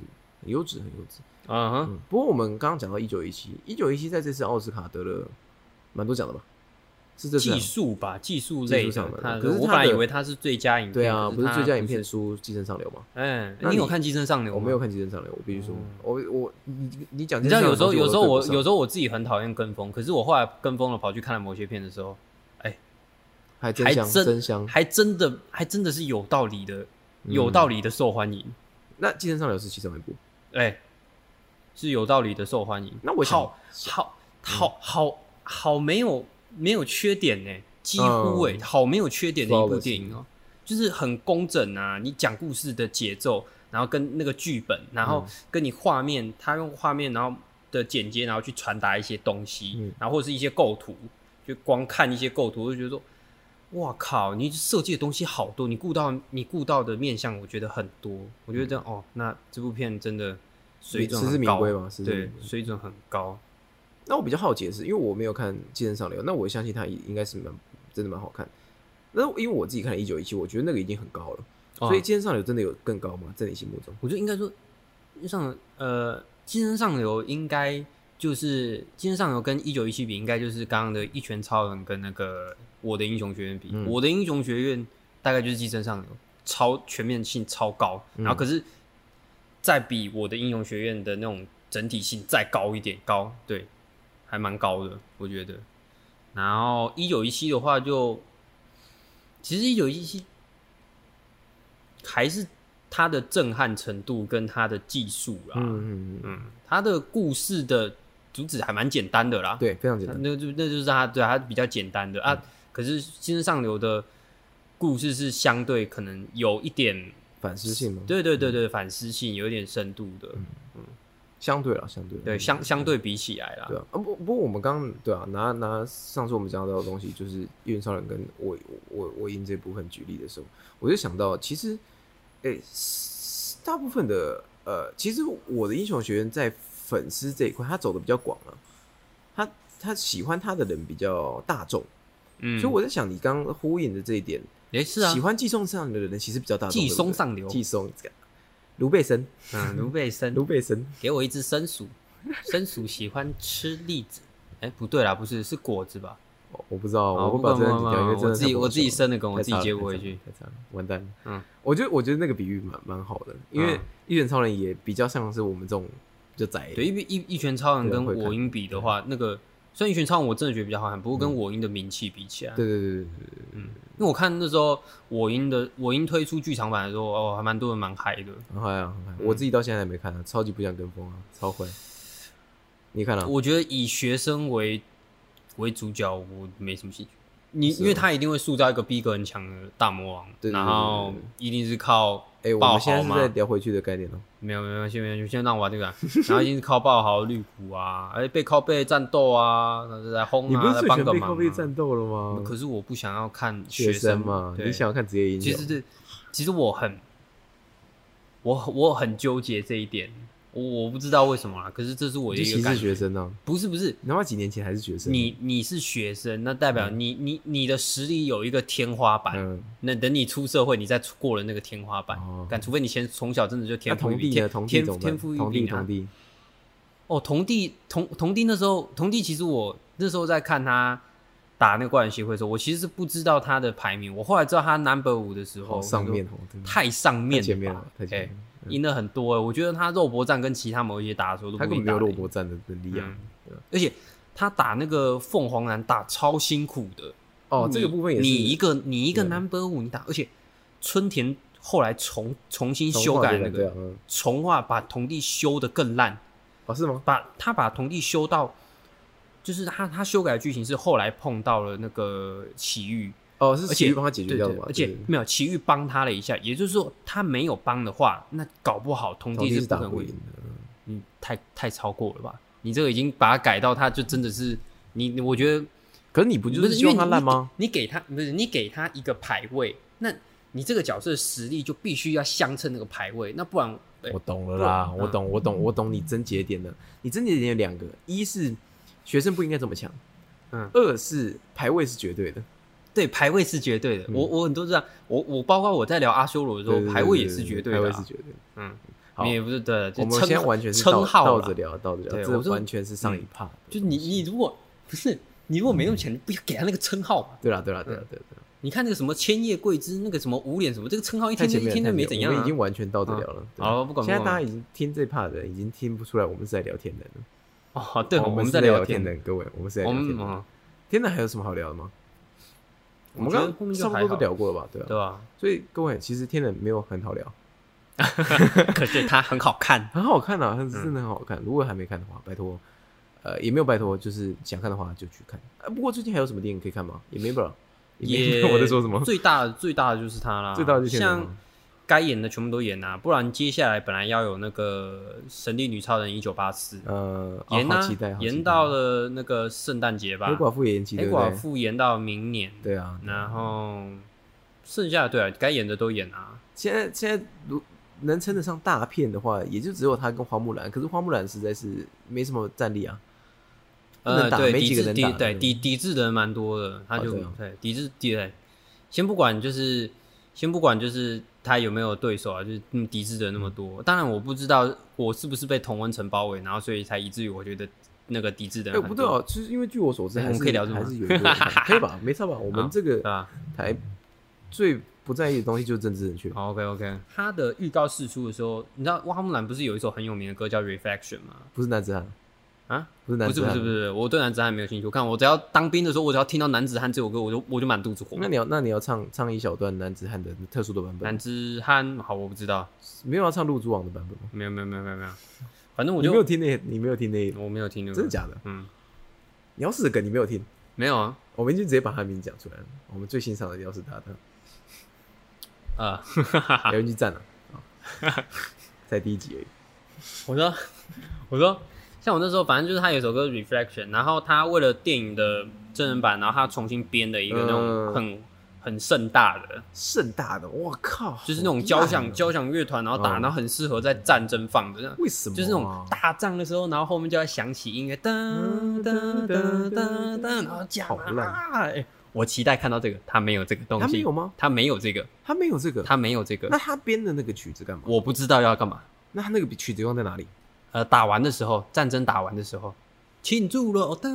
很优质，很优质。
嗯哼，
嗯，不过我们刚刚讲到一九一七，一九一七在这次奥斯卡得了蛮多奖的吧？是这次啊
技术吧，技术类
技术上的
他
可是
我
他
本来
的
以为他是最佳影片，
对啊，不
可
是
他
最佳影片。输《寄生上流》吗？
嗯，
那
你
你
有看《寄生上流》
我
吗
没有。看《寄生上流》，我必须说，我我你你讲
你
寄
知道
生上
有
流
时候，
的东西都对不上，
有时候我有时候我自己很讨厌跟风，可是我后来跟风了，跑去看了某些片的时候，
还真
还
香
真
真香，
还真的还真的是有道理的，有道理的受欢迎。
那《寄生上流》是其中一部，
哎、是有道理的受欢迎。
那我想
好好好
嗯
好好没有没有缺点呢、几乎
嗯
哎、好没有缺点的一部
Flawless
电影哦、就是很工整啊，你讲故事的节奏，然后跟那个剧本，然后
嗯
跟你画面，他用画面然后的剪接，然后去传达一些东西，
嗯
然后或者是一些构图，就光看一些构图，我就觉得说。哇靠！你设计的东西好多，你顾到你顾到的面向，我觉得很多。我觉得这
嗯
样、哦，那这部片真的水准
实至
很
名
高
归嘛，实至名
对
归，。
水准很高。
那我比较好奇的是，因为我没有看《寄生上流》，那我相信它应应该是蛮真的蛮好看。那因为我自己看了《一九一七》，我觉得那个已经很高了，所以《
哦
寄生上流》真的有更高吗？在你心目中？
我觉得应该说，上呃，寄生上流应该就是寄生上流跟一九一七比，应该就是刚刚的一拳超人跟那个我的英雄学院比。
嗯
我的英雄学院大概就是寄生上流，超全面性超高，
嗯
然后可是再比我的英雄学院的那种整体性再高一点，高对，还蛮高的，我觉得。然后一九一七的话就，其实一九一七还是它的震撼程度跟它的技术啦，嗯
嗯嗯嗯，
它的故事的主旨还蛮简单的啦，
对，非常简
那
单。
那就那就是它对它比较简单的啊。可是《新生上流》的故事是相对可能有一点，
反思性吗？，
对对对
嗯
对，反思性有一点深度的，
相对了，相对啦
对相相对比起来啦，
嗯对啊，啊不不过我们刚刚对啊，拿拿上次我们讲到的东西，就是《一人超人》跟我我我赢这部分举例的时候，我就想到，其实，诶、是大部分的呃，其实我的英雄学院在粉丝这一块，他走的比较广啊，他他喜欢他的人比较大众，
嗯，
所以我在想，你刚刚呼应的这一点，
也是啊
喜，欢寄送上流的人其实比较大众，
寄
对不
松
对
上流
寄松，卢贝森， [laughs]
嗯，卢贝森，
卢贝森，
给我一只生
[laughs]
薯，生薯喜欢吃栗子，哎，不对啦，不是是果子吧？
哦我不知道，
好不
我会把
管
这段
不
剪
管
掉，因为
不管
真的
我自己我自己
太不好笑了
生的梗，我
太
自己
差
接
了
回
太
去。
差了太差了，完蛋了。
嗯，
我觉得我觉得那个比喻蛮蛮好的，因为
嗯
一拳超人也比较像是我们这种就宅
对，一比一一拳超人
对
跟
会看
我英比的话，那个虽然一拳超人我真的觉得比较好看，不过跟我英的名气比起来，
嗯对对对对对对，
因为我看那时候我英的我英推出剧场版的时候，哦，还蛮多人蛮嗨的。
很嗨啊很嗨，我自己到现在还没看啊，超级不想跟风啊，超坏。你看了、
我觉得以学生为为主角，我没什么兴趣。你
是
因为
哦
他一定会塑造一个逼格很强的大魔王，
对对对
然后
对对
一定是靠
哎、我
爆
们现在
豪
是
嘛
在聊回去的概念哦、
没有没有没有，先没有，先让我把这个啊，然后已经是靠爆豪绿谷啊，而且背靠背战斗啊，然后在轰
你不
啊，
是
在
最
帮
喜
个
欢背
忙、
靠
啊。
背战斗了吗？
可是我不想要看
学
生
嘛，
对
你想要看职业英雄？
其实是，其实我很，我我很纠结这一点，我我不知道为什么啦。可是这是我的
你就
一
歧
个感
视
觉，
学生啊！
不是不是，
你他妈几年前还是学生？
你你是学生，那代表你、你你的实力有一个天花板，
嗯，
那等你出社会，你再出过了那个天花板，
哦
但除非你先从小真的就
那
天赋
同
异
弟
禀，天
呢？同弟
天
怎么办
天赋异
同弟
禀啊
同。弟，
哦，童弟童童弟那时候，童弟其实我那时候在看他打那个怪人协会的时候，我其实是不知道他的排名，我后来知道他 number 五的时候，
好上面哦，真的
太上面
太
吧
前面了，太前
哎
面了。嗯
赢了很多、欸。我觉得他肉搏战跟其他某一些打的时候都
他
不
根
一
本没有
打得
肉
赢，
搏战的能力啊
嗯！而且他打那个凤凰男打超辛苦的。
哦，
你
这个部分也是
你一个你一个
对
number 五你打，而且春田后来重重新
重
修
画
改
这
那
对啊
个
嗯
重画，把童弟修的更烂。
哦是吗？
把他把童弟修到，就是他他修改的剧情是后来碰到了那个奇遇，
哦，是
而
奇
且
遇帮他解决
对
掉的
对
嘛？，
而且
对对
没有奇遇帮他了一下，也就是说他没有帮的话，那搞不好童
同
弟
弟
不
打
可能
不
会
赢，的，嗯
你太太超过了吧？你这个已经把它改到他就真的是你，你我觉得
可是你不就
不
是
是
希
因为
望
你
他烂吗？
你给你给他不是你给他一个排位，那你这个角色的实力就必须要相称那个排位，那不然欸对
我懂了啦，
不
我懂，我懂，我懂你症结点了。你症结点有两个，一是学生不应该这么强，
嗯
二是排位是绝对的，
对，排位是绝对的。
嗯
我我很多这样，我我包括我在聊阿修罗的时候，排位也是绝对
对排
的
位是
啊。
绝对的。
嗯，
好
你也不是对，就
我们
称
现在完全是
称
倒
号
倒
啦
着，聊，倒着聊，
对
这
我说
完全是上一
嗯
趴的东西。
就你你如果不是你如果没那么
嗯
强，你不要给他那个称号嘛。
对啦，对啦，对啦，对啦，对啦
你看那个什么千叶贵之，那个什么无脸什么，这个称号一
太
听就
前
一听
面了，
就
太前
没
面
怎
了
样
我
啊
们已。经完全到得了了。对
好，不管
现在
不管
大家已经听这一 part 的人，已经听不出来我们是在聊天的了。
哦，对，
我
我
们
们
是
在
聊
天
的，，各位，我们是在
我
聊天
们
的。
哦
天哪，还有什么好聊的吗？
我
我们
觉得
刚
后面
刚
就
差不
还
多都
好
[laughs] 聊过了吧？对啊
对。吧？
所以各位，其实天冷没有很好聊，
可是它很好看。
很好看啊，
嗯
它是真的很好看。如果还没看的话，拜托，呃，也没有拜托，就是想看的话就去看。啊，不过最近还有什么电影可以看吗？也没吧，也
也
没 [laughs] 我在说什么？
最大的最大的就是他啦，
最大的就是天龙
像该演的全部都演啊，不然接下来本来要有那个《神力女超人一九八四》，
呃，哦
延
好
啊
期待，好期待
延到了那个圣诞节吧，
黑寡妇也延期，
黑
对不
寡
对？
妇延到明年，
对啊，
然后剩下的对啊，该演的都演啊，
现在现在如能称得上大片的话，也就只有他跟花木兰。可是花木兰实在是没什么战力啊，不能
呃，
打
对，
没
抵
几个
制
能
抵
打
对
对
抵抵制的人蛮多的，他
哦
就
对啊
对抵制抵对，先不管就是先不管就是他有没有对手啊，就是嗯抵制的人那么多。当然我不知道我是不是被同温层包围，然后所以才以至于我觉得那个抵制的
哎、
人啊很
不
多
对哦、就是因为据我所知，
哎
还
我
是
们可以聊这个
还
吗
是有一个人
[laughs]
看可以吧？没差吧？我们这
对
个
吧？
台最不在意的东西就是政治正确。
好，OK OK，他的预告释出的时候，你知道花木兰不是有一首很有名的歌叫《Reflection》吗？
不是男子汉
啊，
不是男
不是
子
不
汉，
是不是，我对男子汉没有兴趣。我看我只要当兵的时候，我只要听到男子汉这首歌，我就我就满肚子火。
那你要那你要唱唱一小段男子汉的特殊的版
男
本，
子汉，好，我不知道，
没有要唱露珠王的版本吗？
没有没有没有没有没有，反正我
你
就
没有听那，你没有听那，
我没有听那个，
真的假的？
嗯，
鸟屎梗你没有听，
没有啊，
我们已经直接把他的名字讲出来了。我们最欣赏的鸟屎搭档。
啊、
聊天机站了，哦在第一集而已。
[laughs] 我说我说，像我那时候，反正就是他有一首歌《Reflection》，然后他为了电影的真人版，然后他重新编了一个那种
嗯
很、很盛大的，
盛大的，我靠，
就是那种交响、
好烂哦
交响乐团，然后打，
嗯
然后很适合在战争放的，那
为什么啊、
就是那种打仗的时候，然后后面就要响起音乐，哒哒哒哒哒，然后讲
好烂
啊，哎我期待看到这个，他没有这个东西，
他没有吗？
他没有这个，
他没有这个，
他没有这个
那，他编的那个曲子干嘛？
我不知道要干嘛。
那他那个曲子用在哪里？
呃，打完的时候，战争打完的时候，庆祝了，哒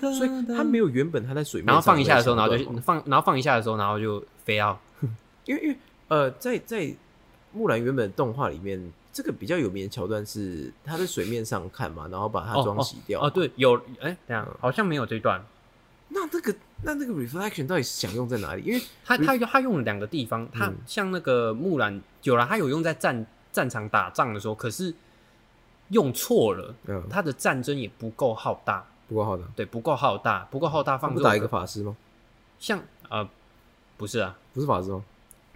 哒，
所以他没
有。
有原本他在水面
然
上
后放一下的时候，然
那
后
个
就
小段吗
放，然后放一下的时候，然后就非要
因为因为呃，在在木兰原本动画里面，这个比较有名的桥段是他在水面上看嘛，然后把它
哦
妆洗掉
哦，对，有哎，这样好像没有这段，
那那个那那个 reflection 到底想用在哪里？因为
他他他用了两个地方，他
嗯
像那个木兰有了，他有用在战战场打仗的时候，可是用错了，
嗯，
他的战争也不够浩大，
不够好的，
对，不够浩大，不够浩大
他
放
不
这
打
首
一个
歌
法师吗？
像呃不是啊，
不是法师吗？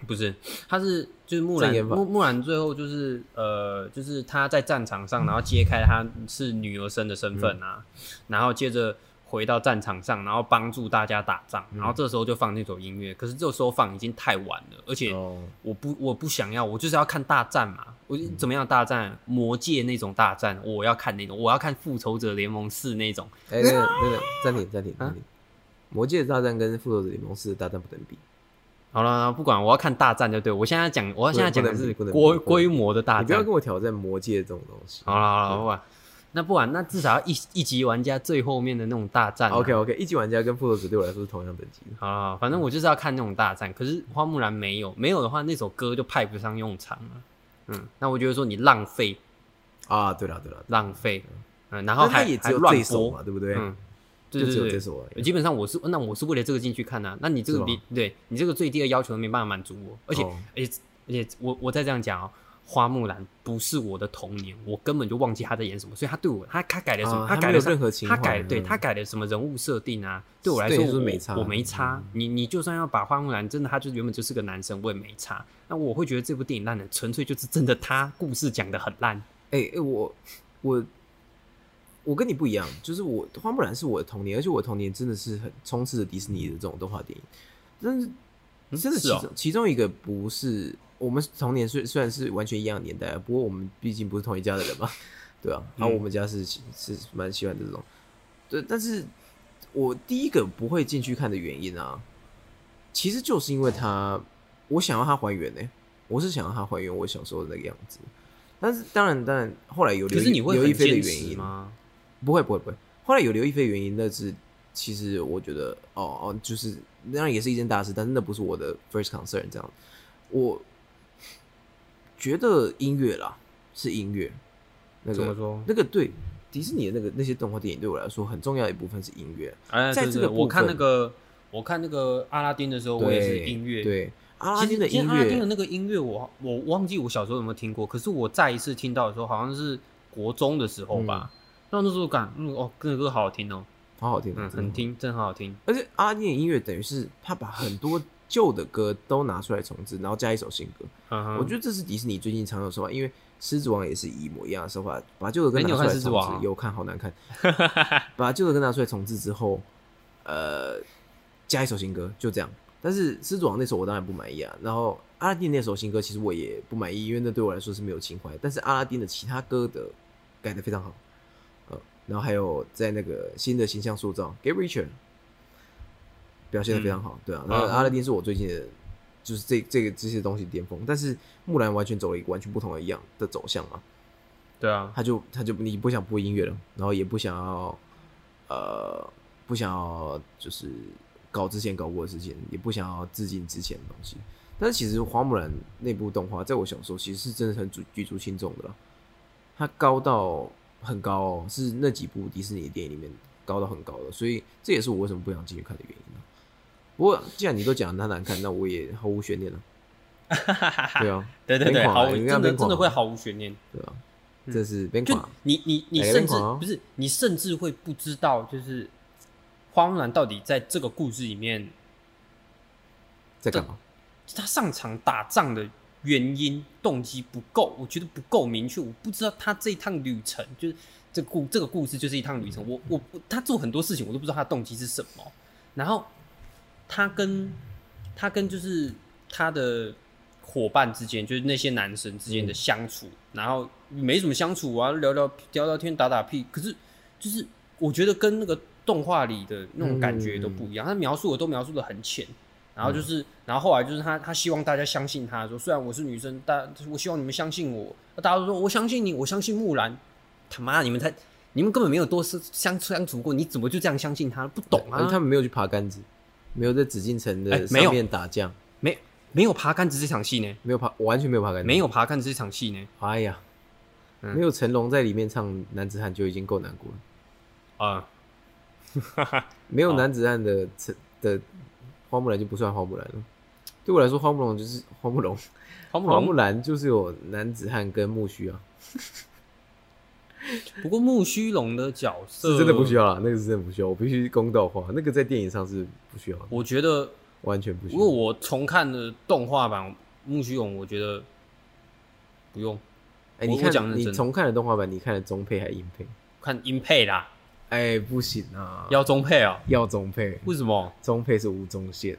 不是，他是就是木兰
正言法
木木兰最后就是呃，就是他在战场
嗯
上，然后揭开他是女儿身的身份啊，然后接着回到战场上，然后帮助大家打仗，
嗯
然后这时候就放那首音乐，可是这时候放已经太晚了，而且
哦，
我不我不想要，我就是要看大战嘛，我
嗯
就怎么样大战魔界那种大战，我要看那种，我要看复仇者联盟四那种，
哎、那个那个暂停暂停
啊
暂停，魔界的大战跟复仇者联盟四的大战不能比，
好了，不管我要看大战就对，我现在讲我要现在讲的是
不能不能不
规
能
规模的大
你不要
战。
跟我挑战魔界这种东西。
好了好了，不管，那不管，那至少要一一级玩家最后面的那种大战啊、
OK OK，一级玩家跟复仇者对我来说是同样等级的。
好了，好了反正我就是要看那种大战。可是花木兰没有，没有的话，那首歌就派不上用场了。嗯，那我觉得说你浪费
啊，对了对了，
浪费，嗯，然后
那他
还
也只有
还乱
这首
播，
嘛，对不对？
嗯，对
就
对
只有
对
这
对。
首而已。
基本上我是那我是为了这个进去看的、啊，那你这个
是吗
比对你这个最低的要求没办法满足我，而且、
哦
而且而且我我再这样讲哦，花木兰不是我的童年，我根本就忘记她在演什么，所以她对我她她改了什么，
啊
她
她
改
没
了
有
什
任何情
她
怀
改对
嗯
她改了什么人物设定啊，对我来
对
说
就是
我
没差嗯
我没差，你你就算要把花木兰真的她就原本就是个男生，我也没差，那我会觉得这部电影烂的纯粹就是真的她故事讲的很烂，
哎、哎我我我跟你不一样，就是我花木兰是我的童年，而且我的童年真的是很充斥着迪士尼的这种动画电影，但是真的其
是哦
中、其中一个不是我们童年虽虽然是完全一样的年代，啊不过我们毕竟不是同一家的人嘛， [laughs] 对啊，然后
嗯
我们家是喜是蛮喜欢这种，对，但是我第一个不会进去看的原因啊，其实就是因为它，我想要它还原呢、欸我是想要它还原我小时候的那个样子，但是当然当然后来有
可
刘
是
亦
你会
刘亦
很
菲的
坚
原
持
因
吗？
不会不会不会。后来有刘亦菲的原因，那是其实我觉得哦哦，就是那样也是一件大事，但是那不是我的 first concern。这样，我觉得音乐啦是音乐，那
怎么
个
说？
那个对迪士尼的那个那些动画电影对我来说很重要的一部分是音乐，
哎，
在
对
这
对
个
我
部
看那
分
哦个我看那个阿拉丁的时候，我也是音乐
对，阿拉
其
丁
实
的
今
音
天阿拉丁的
乐，
那个音乐我，我忘记我小时候有没有听过，可是我再一次听到的时候，好像是国中的时候
嗯
吧。那那时候感，嗯哦，这个歌好好听哦，
好好听，
嗯，
真的
很听，真的好好听。
而且阿拉丁的音乐等于是他把很多旧的歌都拿出来重置，然后加一首新歌。
嗯哼，
我觉得这是迪士尼最近常有的手法，因为《狮子王》也是一模一样的手法，把旧的歌
哎
拿
你有
出
看
来
狮子
重
王
置
啊，
有看好难看。
[laughs]
把旧的歌拿出来重置之后，呃，加一首新歌，就这样。但是《狮子王》那首我当然不满意啊，然后《阿拉丁》那首新歌其实我也不满意，因为那对我来说是没有情怀。但是《阿拉丁》的其他歌的改的非常好，呃，然后还有在那个新的形象塑造 g a r r i c h a r 表现的非常好，对啊。然后
嗯
阿拉丁是我最近的，就是这这个这些东西巅峰，但是木兰完全走了一个完全不同的一样的走向嘛，
对啊，
他就他就你不想播音乐了，然后也不想要呃不想要就是搞之前搞过的事情，也不想要致敬之前的东西。但是其实花木兰那部动画，在我小时候其实是真的很举举足轻重的啦，它高到很高、哦，是那几部迪士尼的电影里面高到很高的，所以这也是我为什么不想进去看的原因啊。不过既然你都讲它难看，那我也毫无悬念了。对啊，
[laughs] 对对对，
边
毫
框啊
无
应该
真的真
边框
的
啊
会毫无悬念。
对啊，这是边
就
框啊。
你你你
哪个
甚
边
至
框啊
不是你甚至会不知道，就是花木兰到底在这个故事里面，
在干嘛？
他上场打仗的原因动机不够，我觉得不够明确。我不知道他这一趟旅程，就是这故这个故事就是一趟旅程。我我我他做很多事情，我都不知道他的动机是什么。然后他跟他跟就是他的伙伴之间，就是那些男生之间的相处，然后没什么相处啊，聊聊聊聊天，打打屁。可是就是我觉得跟那个动画里的那种感觉都不一样，他描述的都描述的很浅。然后就是，然后后来就是他，他希望大家相信他，说虽然我是女生，但我希望你们相信我。大家都说我相信你，我相信木兰。他妈，你们才，你们根本没有多是相相处过，你怎么就这样相信他？不懂啊！
而哎且他们没有去爬杆子，没有在紫禁城
哎
的
没有
上面打架，
没没有爬杆子这场戏呢，
没有爬，完全没有爬杆子。
没，有爬杆子这场戏呢，
哎呀，
嗯
没有成龙在里面唱《男子汉》就已经够难过了，
啊、
没有
好
《男子汉》的成的花木兰就不算花木兰了。对我来说，花木兰就是 [laughs] 花木兰，
花木
花木
兰。
兰就是有男子汉跟木须啊，
不过木须龙的角色
是真的不需，要啦，那个是真的不需要，我必须公道话，那个在电影上是不需要的，
我觉得，
完全不需
因为
要。
我重看了动画版木须龙，我觉得不用我
哎，你
我讲的
看，
是
你
真的
重看了动画版，你看了中配还英配？
看音配啦，
哎，不行啊，
要中配哦、
要中配，
为什么
中配是吴宗宪，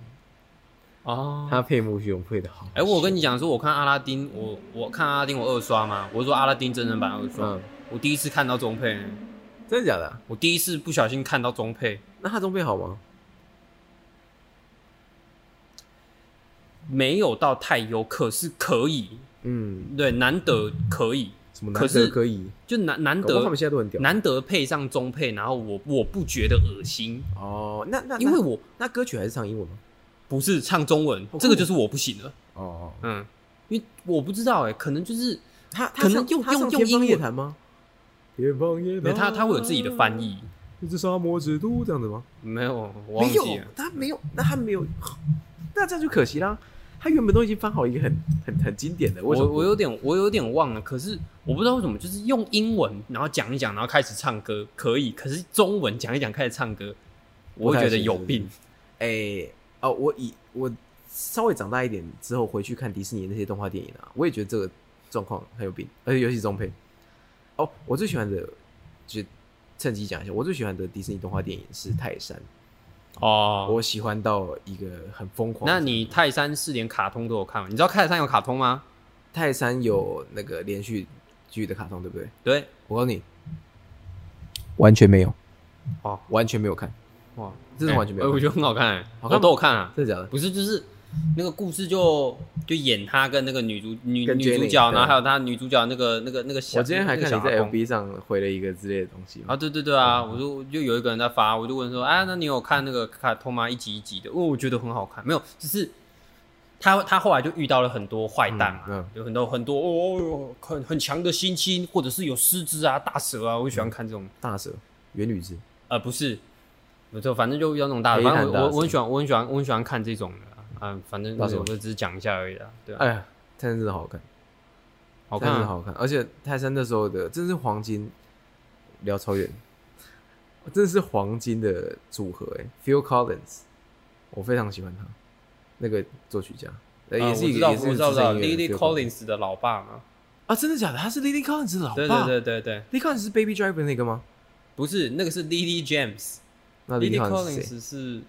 啊？
他配木须龙配的好。
哎、我跟你，讲说，我看阿拉丁，我我看阿拉丁，我二刷嘛，我说阿拉丁真人版二刷，
嗯，
我第一次看到中配呢，
真的假的啊、
我第一次不小心看到中配，
那他中配好吗？
没有到太优，可是可以，
嗯，
对，难得可以，
什么
可
难
是
得可以？
就难难
搞不好他
得
们现在都很屌。
难得配上中配，然后我我不觉得恶心，
哦，那那
因为
那
我
那歌曲还是唱英文吗？
不是唱中文，
酷
这个就是我不行了，
哦，
嗯，因为我不知道哎、可能就是
他他
可能
唱
用
他唱
用用
天方
英
夜
文
谭吗？天方夜
没
谭，
有他他会有自己的翻。译，
这是沙漠之都这样子吗？
没有，我忘
没有
记了，，
他没有，那他没有，那这样就可惜啦。他原本都已经翻好一个很很很经典的，为什
我
么
我有点我有点忘了，可是我不知道为什么，就是用英文然后讲一讲，然后开始唱歌可以，可是中文讲一讲开始唱歌，我
不
会
太
觉得
行
有
是不
病。
哎、哦，我以我稍微长大一点之后回去看迪士尼那些动画电影啊，我也觉得这个状况很有病，而且尤其是中配。哦，我最喜欢的，就趁机讲一下，我最喜欢的迪士尼动画电影是《泰山》，
哦，
我喜欢到一个很疯狂。
那你泰山是连卡通都有看吗？你知道泰山有卡通吗？
泰山有那个连续剧的卡通，对不对？
对，
我告诉你，完全没有，
哦，
完全没有看，
哇，
真的完全没
哎
有看
我觉得很好看、欸，
好看吗
我都有看啊。
真的假的？
不是，就是那个故事就就演他跟那个女主女
跟
女主
Jenny，
角，然后
对
还有他女主角那个那个那个小，
我今天还
那个
看
小
你在
阿公
FB 上回了一个之类的东西
啊，，对对对啊，我就就有一个人在发，我就问说，啊，那你有看那个卡通吗？一集一集的，因哦为我觉得很好看，没有，只是他他后来就遇到了很多坏蛋嘛，
嗯嗯
有很多很多哦哦，哦很很强的猩猩，或者是有狮子啊、大蛇啊，我就喜欢看这种，
大蛇元女之。
呃，不是，我就反正就遇到那种大
黑
的，
暗
反正我
大蛇
我我很喜欢，我很喜欢，我很喜欢看这种的啊，啊，反正
到时候
我就只是讲一下而已啦，对吧、啊
哎呀，泰山真的好看，
好
泰
看、
山真的
啊，
好看，而且泰山那时候的真是黄金，聊超远，真的是黄金的组合哎、Phil Collins，我非常喜欢他，那个作曲家，呃
啊
也是一
我知
个、
道，我
也是
知道，我知道
资深音乐
，Lily
人 Phil
Collins 的老爸嘛，
啊，真的假的？他是 Lily Collins 的老爸
对对对对对，
，Lily Collins 是 Baby Driver 那个吗？
不是那个是 Lily James，Lily
那 Lily Collins 是谁？
Collins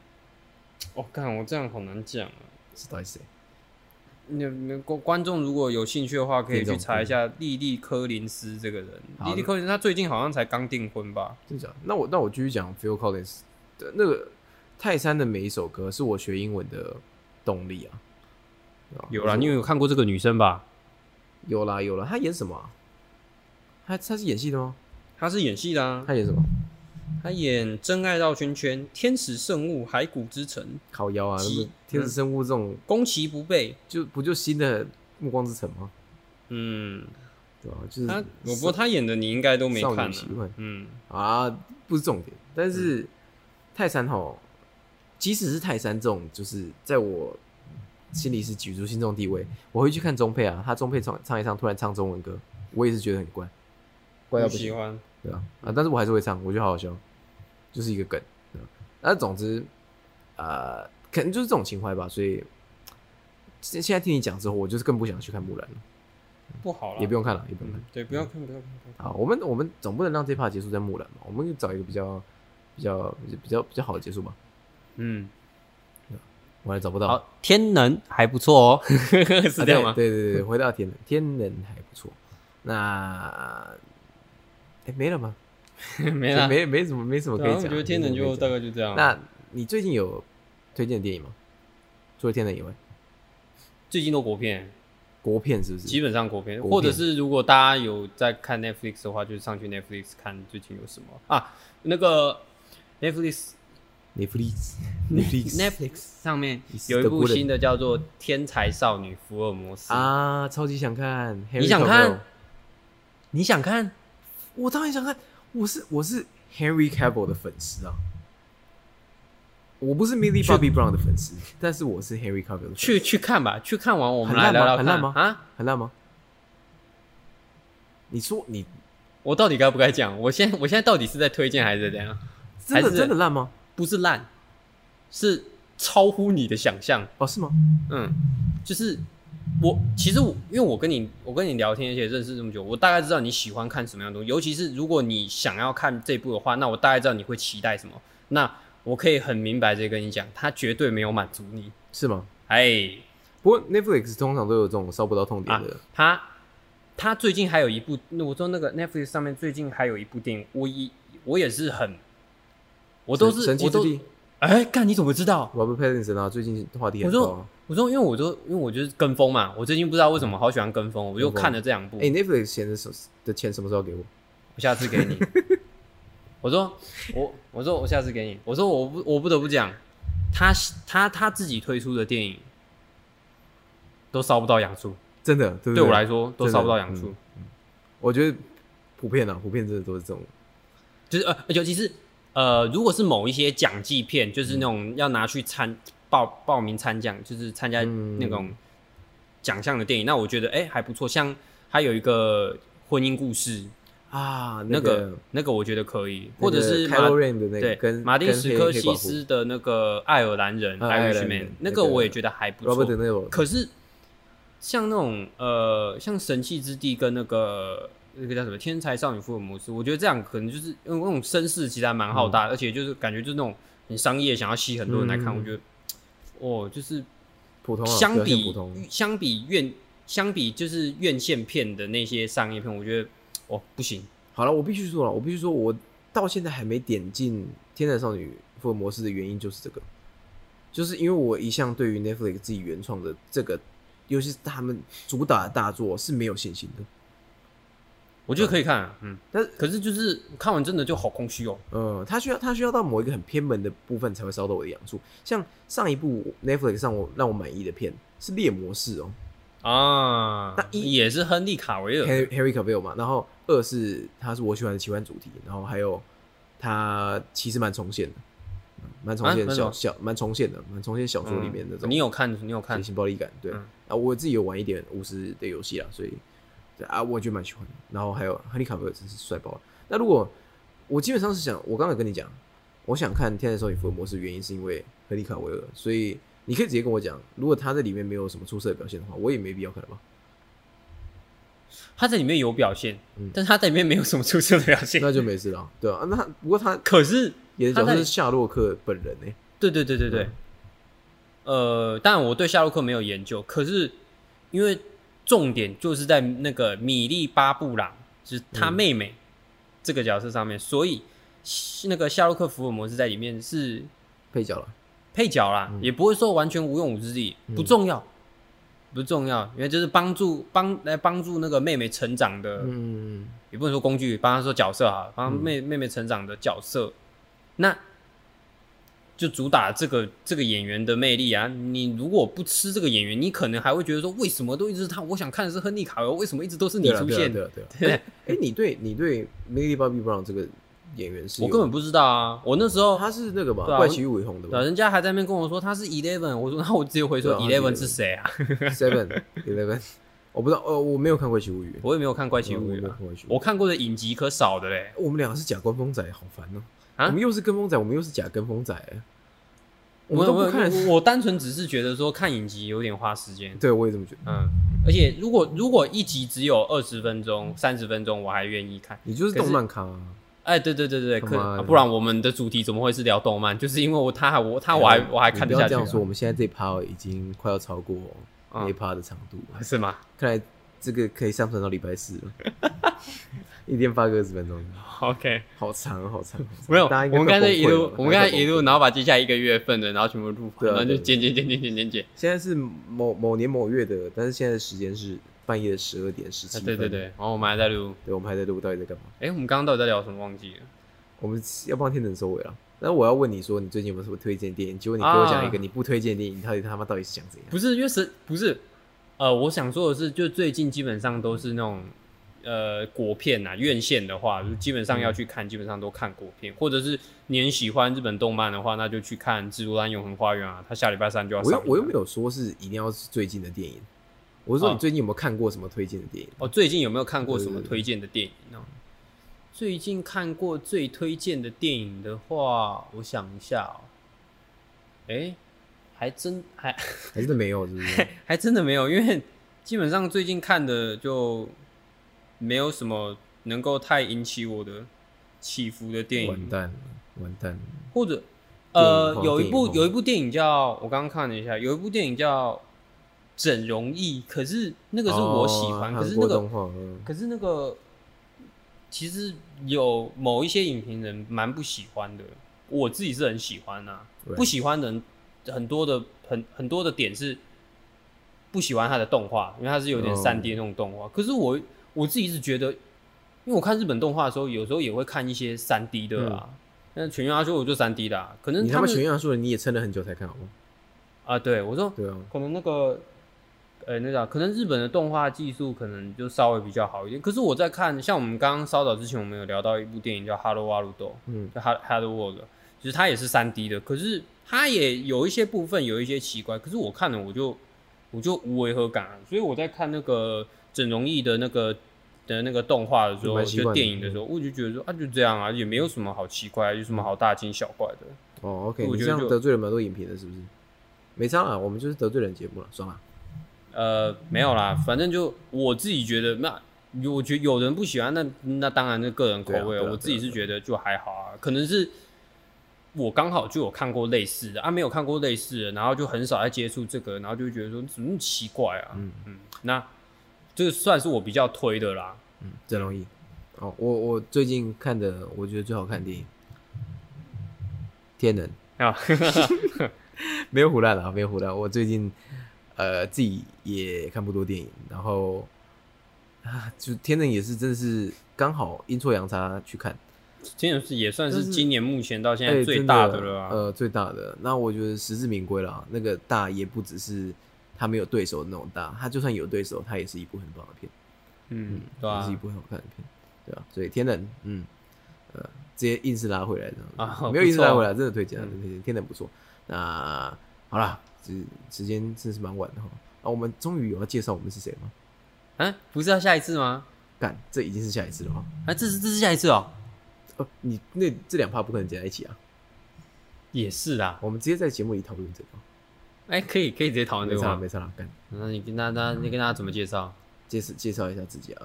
是，哦，看我这样好难讲啊。
是到底谁？
那那观观众如果有兴趣的话，可以
听众
去查一下莉莉科林斯这个人。
嗯好
莉莉科林斯她最近好像才刚订婚吧？
真的假的？那我那我继续讲 Phil Collins 的那个泰山的每一首歌是我学英文的动力啊。对啊
有啦，
就是
你有看过这个女生吧？
有啦有啦，他演什么、啊？他他是演戏的吗？
她是演戏的啊，
他演什么？
她演《真爱绕圈圈》《天使圣物》《骸骨之城》《
烤腰啊，那
鸡嗯
么天使生物这种
攻其不备》。
就不就新的暮光之城吗？
嗯，
对吧、就是
她我不过她演的你应该都没
少女
看
习惯
啊。嗯，
啊，不是重点，但是、泰山吼，即使是泰山这种，就是在我心里是举足轻重地位，我会去看中配啊，他中配唱唱一唱，突然唱中文歌，我也是觉得很怪，怪到
不
不
喜
行，
欢。
对啊，啊，但是我还是会唱，我觉得好好笑，就是一个梗，对吧那总之，呃，可能就是这种情怀吧，所以。现现在听你讲之后，我就是更不想去看木兰了，
不好了，
也不用看了，也不用看
嗯。对，不要看，不要看，不要看。
好，我们我们总不能让这 part 结束在木兰嘛，我们找一个比较比较比较比较好的结束吧。
嗯，
我还找不到，啊
好，天能还不错哦， [laughs] 是这样吗？
对对对对，回到天能，天能还不错。那哎没了吗？
没
就
啦，
没没什么没什么可
对啊
以
我
讲。
觉得天能
没什么
就
可以
大
讲
概就这样。
那你最近有推荐的电影吗？除了天能以外，
最近都国片，
国片是不是
基？本上国片，
国片
或者是如果大家有在看 Netflix 的话，就上去 Netflix 看最近有什么啊？那个 Netflix
你 f l
[laughs]
i x n e t f l i x
Netflix 上面
是
有一
德
部
国人
新的叫做《天才少女福尔摩斯》，
啊，超级想看。
你想看？你想看？
我当然想看，我是我是 Henry Cavill 的粉丝啊，我不是 Millie Bobby Brown 的粉丝，但是我是 Henry Cavill 的粉丝
去去看吧，去看完我们
很
来
烂吗
聊聊
很烂
看
吗
啊！
很烂吗？你说你
我到底该不该讲？我现在我现在到底是在推荐还是怎样？
真
还
的
是
真的烂吗？
不是烂，是超乎你的想象。
哦，是吗？
嗯，就是我其实我因为我跟你我跟你聊天，而且认识这么久，我大概知道你喜欢看什么样的东西。尤其是如果你想要看这部的话，那我大概知道你会期待什么。那我可以很明白的跟你讲，它绝对没有满足你。
是吗？
哎，
不过 Netflix 通常都有这种烧不到痛点的，
它它最近还有一部，那我说那个 Netflix 上面最近还有一部电影，我一我也是很，我
我
都是
神奇
我
之
都
地
哎，干你怎么知道？
，Robert Pattinson 啊，最近话题
我
很
说
高啊。
我说，因为我都因为我就是跟风嘛，我最近不知道为什么好喜欢跟风，我就
跟风
看了这两部。
哎，Netflix 钱的什的钱什么时候给我？
我下次给
[laughs]
你。我说我我说我下次给你。我说我不我不得不讲，他他他自己推出的电影都烧不到养猪，
真的，对不
对我来
说，
说都
真的嗯
烧不到养猪。
我觉得普遍啊，普遍真的都是这种
就是呃，尤其是呃，如果是某一些奖季片，就是那种要拿去参报报名参奖，就是参加
嗯
那种奖项的电影，那我觉得哎、还不错。像还有一个婚姻故事，
啊，
那
个
个那个我觉得可以，
那
或者
个
是
Kylo
马
Ren 的那个
对
跟
马丁
跟
史
黑
科
黑
西
寡妇
斯的那个爱尔兰人
啊爱尔兰
Irishman，
人
那
那
个
个
我也觉得还不
Robert
错。
De Niro
可是像那种呃，像神器之地跟那个那个叫什么天才少女福尔摩斯，我觉得这样可能就是因为那种声势其实还蛮浩大的，而且就是感觉就是那种很商业，想要吸很多人来看，
嗯
我觉得哦，就是
普通啊，
相
表现
比
普通，
相比院相比就是院线片的那些商业片，我觉得哦不行，
好了，我必须说了，我必须说，我到现在还没点进《天才少女福尔摩斯》的原因就是这个，就是因为我一向对于 Netflix 自己原创的这个，尤其是他们主打的大作是没有信心的。
我觉得可以看、啊，嗯，
但
可是就是看完真的就好空虚哦。
嗯，它需要它需要到某一个很偏门的部分才会烧到我的痒处。像上一部 Netflix 上我让我满意的片是《猎魔士》哦
啊
那，一
也是亨利卡维尔
，Harry Harry Cavill 嘛，然后二是它是我喜欢的奇幻主题，然后还有它其实蛮重现的，蛮重
啊
现的
那
小
种
小蛮重现的，蛮重现小说里面那种。
嗯你有看？你有看
血？腥暴力感，对。
嗯
啊，我自己有玩一点巫师的游戏啦，所以对啊，我就蛮喜欢的。然后还有亨利卡维尔真是帅爆了。那如果我基本上是想，我刚才跟你讲，我想看《天才少女福尔摩斯》，原因是因为亨利卡维尔，所以你可以直接跟我讲，如果他在里面没有什么出色的表现的话，我也没必要看了吧？
他在里面有表现
嗯，
但他在里面没有什么出色的表现。
那就没事了，对啊，那不过他
可是
演的角
他在
色是夏洛克本人欸嗯呢、
对对对对对，
嗯
呃，当然我对夏洛克没有研究，可是因为重点就是在那个米莉巴布朗，就是他妹妹
嗯
这个角色上面，所以是那个夏洛克福尔摩斯在里面是
配角了。
配角啦，
嗯
也不会说完全无用武之地，不重要，不重要，因为就是帮助帮来帮助那个妹妹成长的，
嗯，
也不能说工具，帮她说角色哈，帮妹、妹妹成长的角色，那就主打这个这个演员的魅力啊！你如果不吃这个演员，你可能还会觉得说，为什么都一直是他？我想看的是亨利卡维尔，为什么一直都是你
对啦
出
对啦
现？
对了对了。
对
哎、 [laughs] 哎你对你对 Millie Bobby Brown 这个演员是
我
有哦
根本不知道啊！我那时候，
他是那个吧，
对啊
怪奇与伟鸿的
对啊
吧
人家还在那边跟我说他是 Eleven，我说那 [laughs] 我直接回说
对啊他
Eleven
是
是谁啊？
[laughs]
[laughs]
？Seven Eleven，我不知道，呃，我没有看《怪奇物语》，
我也没有看怪奇物
我没
语啊
有看，怪奇物语
我看过的影集可少的嘞。
我们俩是假跟风仔，好烦哦！
啊
我们又是跟风仔，我们又是假跟风仔，欸我
我
们都不
我
看。
我我单纯只是觉得说看影集有点花时间，
[laughs] 对，我也这么觉得。
嗯，而且如果如果一集只有二十分钟、三十分钟，我还愿意看。
你就是动漫咖啊，
哎，对对对对，
他
可、
妈的
啊不然我们的主题怎么会是聊动漫？就是因为我他还我啊他我还、
哎
我还看
你
得
不
下
要
去
这
啊、
样说，我们现在这一趴已经快要超过那一
嗯，
趴的长度了，
是吗？
看来这个可以上传到礼拜四了，一天发个二十分钟，
OK，
好长好长。好长
没有，
大家应
我们
快
刚才
崩
一
溃了
路，我们刚才一。
大家快崩溃
路，
了
然后把接下来一个月份的，然后全部录完，
对啊
然后
对
就
对
剪剪剪剪剪剪剪。
现在是某某年某月的，但是现在的时间是半夜十二点十
啊
七分。
对对对，，然后我们还在录。
对，我们还在录，到底在干嘛？
哎，我们刚刚到底在聊什么？忘记了。
我们要帮天能收尾了。啊那我要问你说，你最近有没有什么推荐电影？结果你给我讲一个
啊
你不推荐的电影，你到底他妈到底是想怎样？
不是，因为是不是？呃，我想说的是，就最近基本上都是那种呃国片啊，院线的话，就基本上
嗯
要去看，基本上都看国片，或者是你很喜欢日本动漫的话，那就去看《蜘蛛丹永恒花园》啊，它下礼拜三就要
我
上映
又
了。
我又没有说是一定要是最近的电影，我是说
哦
你最近有没有看过什么推荐的电影？
哦，最近有没有看过什么推荐的电影呢、最近看过最推荐的电影的话，我想一下哦，哎、还真还
还真的没有，是不
[laughs]
是？
还真的没有，因为基本上最近看的就没有什么能够太引起我的起伏的电
完
影，
蛋了，完蛋了！
或者
电影
呃
荒
有一
电影
部
荒
有一部电影叫我刚刚看了一下，有一部电影叫《整容艺》，可是那
这
个是我喜欢，可是那个
哦动画，嗯
可是那个其实有某一些影评人蛮不喜欢的，我自己是很喜欢啊，
对
不喜欢的人很多的很很多的点是不喜欢他的动画，因为它是有点
哦
三 D 那种动画。可是我我自己是觉得，因为我看日本动画的时候，有时候也会看一些三 D 的啊。那全员阿修罗就三 D 的、啊，可能
嗯你他妈
们
全员说你也撑了很久才看，好吗？
啊，对我说
对啊，
可能那个，呃、那个可能日本的动画技术可能就稍微比较好一点。可是我在看，像我们刚刚稍早之前，我们有聊到一部电影叫《哈喽哇鲁豆》，
嗯，
就《哈哈喽 World》，就是它也是三 D 的，可是它也有一些部分有一些奇怪，可是我看了我就我就无违和感啊，所以我在看那个整容艺的那个。的那个动画的时
就
候，
蛮习
就
惯的嗯
电影的时候，我就觉得说啊，就这样啊，也没有什么好奇怪，啊有什么好大惊小怪的。
哦，OK，
我
你
觉得
这样
就
得罪了蛮多影评的，是不是？没差啦，我们就是得罪人节目了，算了。
呃，没有啦，反正就我自己觉得，那有我觉得有人不喜欢，那那当然是个人口
对啊
味。
对啊
我自己
对
是
啊
觉得就还好啊，可能是我刚好就有看过类似的啊，没有看过类似的，然后就很少在接触这个，然后就会觉得说怎么那么奇怪啊，嗯嗯，那这个算是我比较推的啦。
嗯，整容易。哦，我我最近看的，我觉得最好看的电影《天能》 [laughs]
啊， [laughs]
没有胡乱啦，没有胡乱。我最近呃自己也看不多电影，然后啊，就《天能》也是真的是刚好阴错阳差去看，
真的是也算
就是是
今年目前到现
哎
在最大的
真
了啊，
呃，最大的。那我觉得实至名归啦。那个大也不只是他没有对手的那种大，他就算有对手，他也是一部很棒的片。
嗯，对
也
吧、
啊是一部很好看的片，对啊，所以《天能》嗯，呃，直接硬是拉回来的
啊好
没有硬是
不错
拉回来，真的推荐啊，
嗯
真的推荐，天能不错。那好啦，时时间真的是蛮晚的哈。啊，我们终于有要介绍我们是谁吗？
啊，不是要下一次吗？
干，这已经是下一次了吗？
啊，这是这是下一次哦，
哦，你那这两趴不可能加在一起啊，
也是啦。
我们直接在节目里讨论这个，
哎，可以可以直接讨论
没
这个
差啦
吗
没？差啦，干。
那你跟大家，你跟大家怎么介绍？
介绍介绍一下自己啊，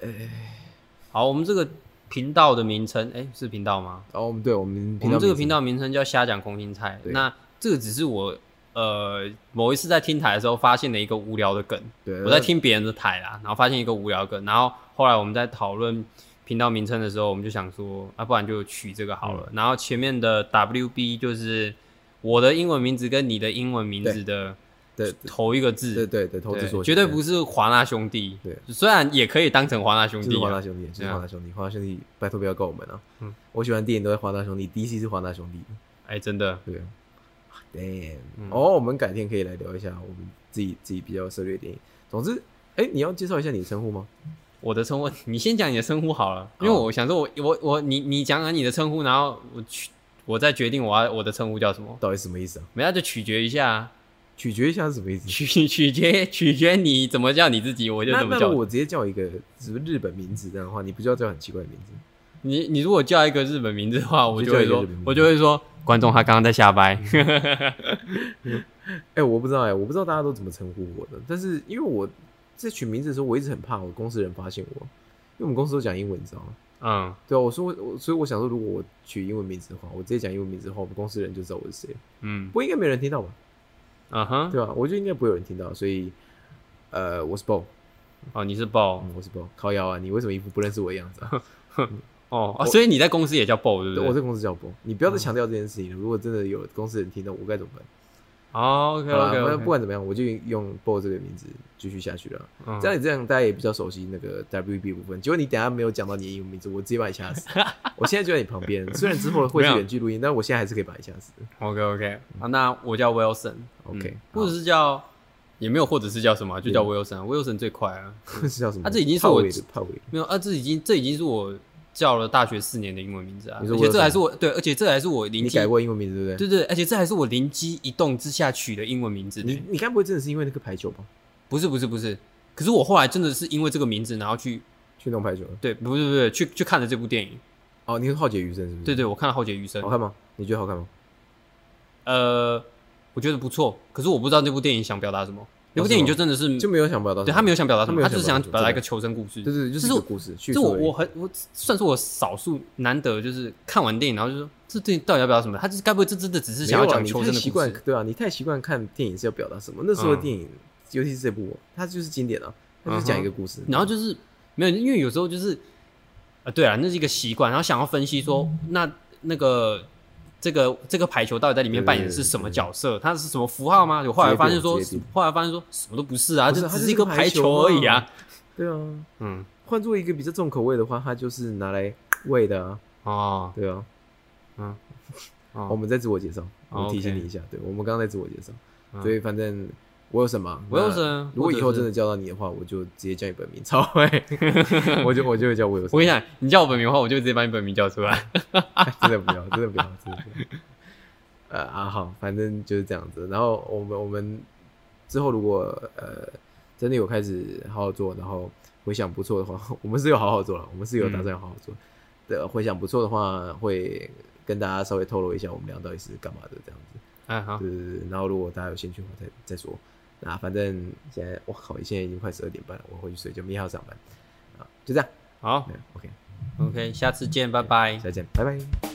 呃，
好，我们这个频道的名称，哎，是频道吗？
然后我哦们对我
我
们频道
们这个
名称
频道名称叫“瞎讲空心菜”。
对
那这个只是我呃某一次在听台的时候发现了一个无聊的梗，
对，
我在听别人的台啦，然后发现一个无聊的梗，然后后来我们在讨论频道名称的时候，我们就想说啊，不然就取这个好
嗯
了。然后前面的 WB 就是我的英文名字跟你的英文名字的
呃对
头一个字，
对对对，投资
对
所
绝对不
是，
是华纳兄弟。
对，
虽然也可以当成华纳兄
就
弟
是华
啊、
纳兄弟，就是
对啊
华纳兄弟，华纳兄弟，拜托不要告我们啊！
嗯
我喜欢的电影都在华纳兄弟，DC 是华纳兄弟的，
哎、真的，
对啊。Damn，
嗯
哦，我们改天可以来聊一下我们自己自己比较涉猎的电影。总之，哎，你要介绍一下你的称呼吗？
我的称呼，你先讲你的称呼好了，因为
哦
我想说我，我我你你讲讲你的称呼，然后我去，我再决定我要我的称呼叫什么。
到底什么意思啊？
没有，那就取决一下啊，
取决一下是什么意思？
取取决取决你怎么叫你自己，我就
那
怎么
那
叫
如果。我直接叫一个什么日本名字这样的话，你不就要叫很奇怪的名字？
你你如果叫一个日本名字的话，我就
就叫
会
一个
说
日本名，字嗯
我就会说，观众他刚刚在瞎掰。
哎、我不知道哎、我不知道大家都怎么称呼我的，但是因为我在取名字的时候，我一直很怕我公司人发现我，因为我们公司都讲英文，你知道吗？
[laughs] 嗯，
对啊，我说我我，所以我想说，如果我取英文名字的话，我直接讲英文名字的话，我们公司人就知道我是谁。
嗯
不过应该没有人听到吧？
嗯哼，
对吧、我觉得应该不会有人听到，所以呃，我是 Bo，
哦，你是豹
嗯，我是 Bo，靠腰啊，你为什么一副不认识我的样子啊？ [laughs]
哦哦，所以你在公司也叫豹，对不
对
对？
我在公司叫 Bo，你不要再强调这件事情了。如果真的有公司人听到，我该怎么办？
哦，OK
好啦
OK
反
OK，
正不管怎么样，我就用 Bo 这个名字继续下去了。啊
嗯
这样你这样大家也比较熟悉那个 WB 部分。结果你等一下没有讲到你的英文名字，我直接把你掐
[laughs]
死。我现在就在你旁边，虽然之后会是远距录音，但我现在还是可以把你掐死。
OK OK，啊，那我叫 Wilson。
嗯 OK，
嗯或者是叫也没有，或者是叫什么，就叫 Wilson 啊。Wilson 最快啊， [laughs]
是叫什么？
啊这已经是
炮
我
尾的炮尾。
没有啊，这已经这已经是我叫了大学四年的英文名字啊，
你
而
说
且
Wilson
这还是我对，而且这还是我灵
你
机，
改过英文名字对不对？
对对，而且这还是我灵机一动之下取的英文名字呢。
你你该不会真的是因为那个排球吧？
不是不是不是，可是我后来真的是因为这个名字，然后去
去弄排球的？
对，不是不是去去看了这部电影，
哦，你是浩劫余生是不是？
对对，我看了《浩劫余生
好》，看吗？你觉得好看吗？
呃，我觉得不错，可是我不知道那部电影想表达什么，那部电影就真的是
就没有想表达什么，
对他没有想表达什
他
么，
没有
他只是
想
想
表达什么
表达一
真的
个求生故事，
对对对，就是一
这
个
是
故事叙
这
述
我
而已。
我很我算是我少数难得就是看完电影，然后就说这电影到底要表达什么？他就是该不会这真的只是想要
没有啊
讲求生
你
的
太习
故
惯
事？嗯
对啊，你太习惯看电影是要表达什么？那时候的电影，尤其是这部，它就是经典啊，它就是讲一个故事，
然后就是没有，因为有时候就是啊、对啊，那是一个习惯，然后想要分析说那那个这个这个排球到底在里面扮演的是什么角色？它是什么符号吗？有后来发现说
直接变，
后来发现说什么都不是啊，
不是
就
它
只
就是
一个
个
排
排球
球而已啊。
对啊。
嗯，
换做一个比较重口味的话，它就是拿来喂的啊，
哦，
对啊。
嗯，哦
我们在自我介绍，
哦
我提醒
OK
你一下，对我们刚刚在自我介绍，
嗯
所以反正我有什么，
我有什么
那如果以后
或者是
真的叫到你的话，我就直接叫你本
[laughs]
名，超会，我就我就会叫我有什
我跟你，
么
讲，你叫我本名的话，我就直接把你本名叫出来。 [laughs]
[laughs] 真的不要，真的不要，真的不要。呃啊好，反正就是这样子。然后我们我们之后如果呃真的有开始好好做，然后回想不错的话， [laughs] 我们是有好好做了，我们是有打算好好做。的回想不错的话，会跟大家稍微透露一下我们俩到底是干嘛的这样子。
哎，好，
对对对。然后如果大家有兴趣的话再，再说。那反正现在我靠，现在已经快十二点半了，我回去睡觉，明天还要上班啊，就这样。
好
嗯 OK，
，OK，下次见，拜拜。
下次见，拜拜。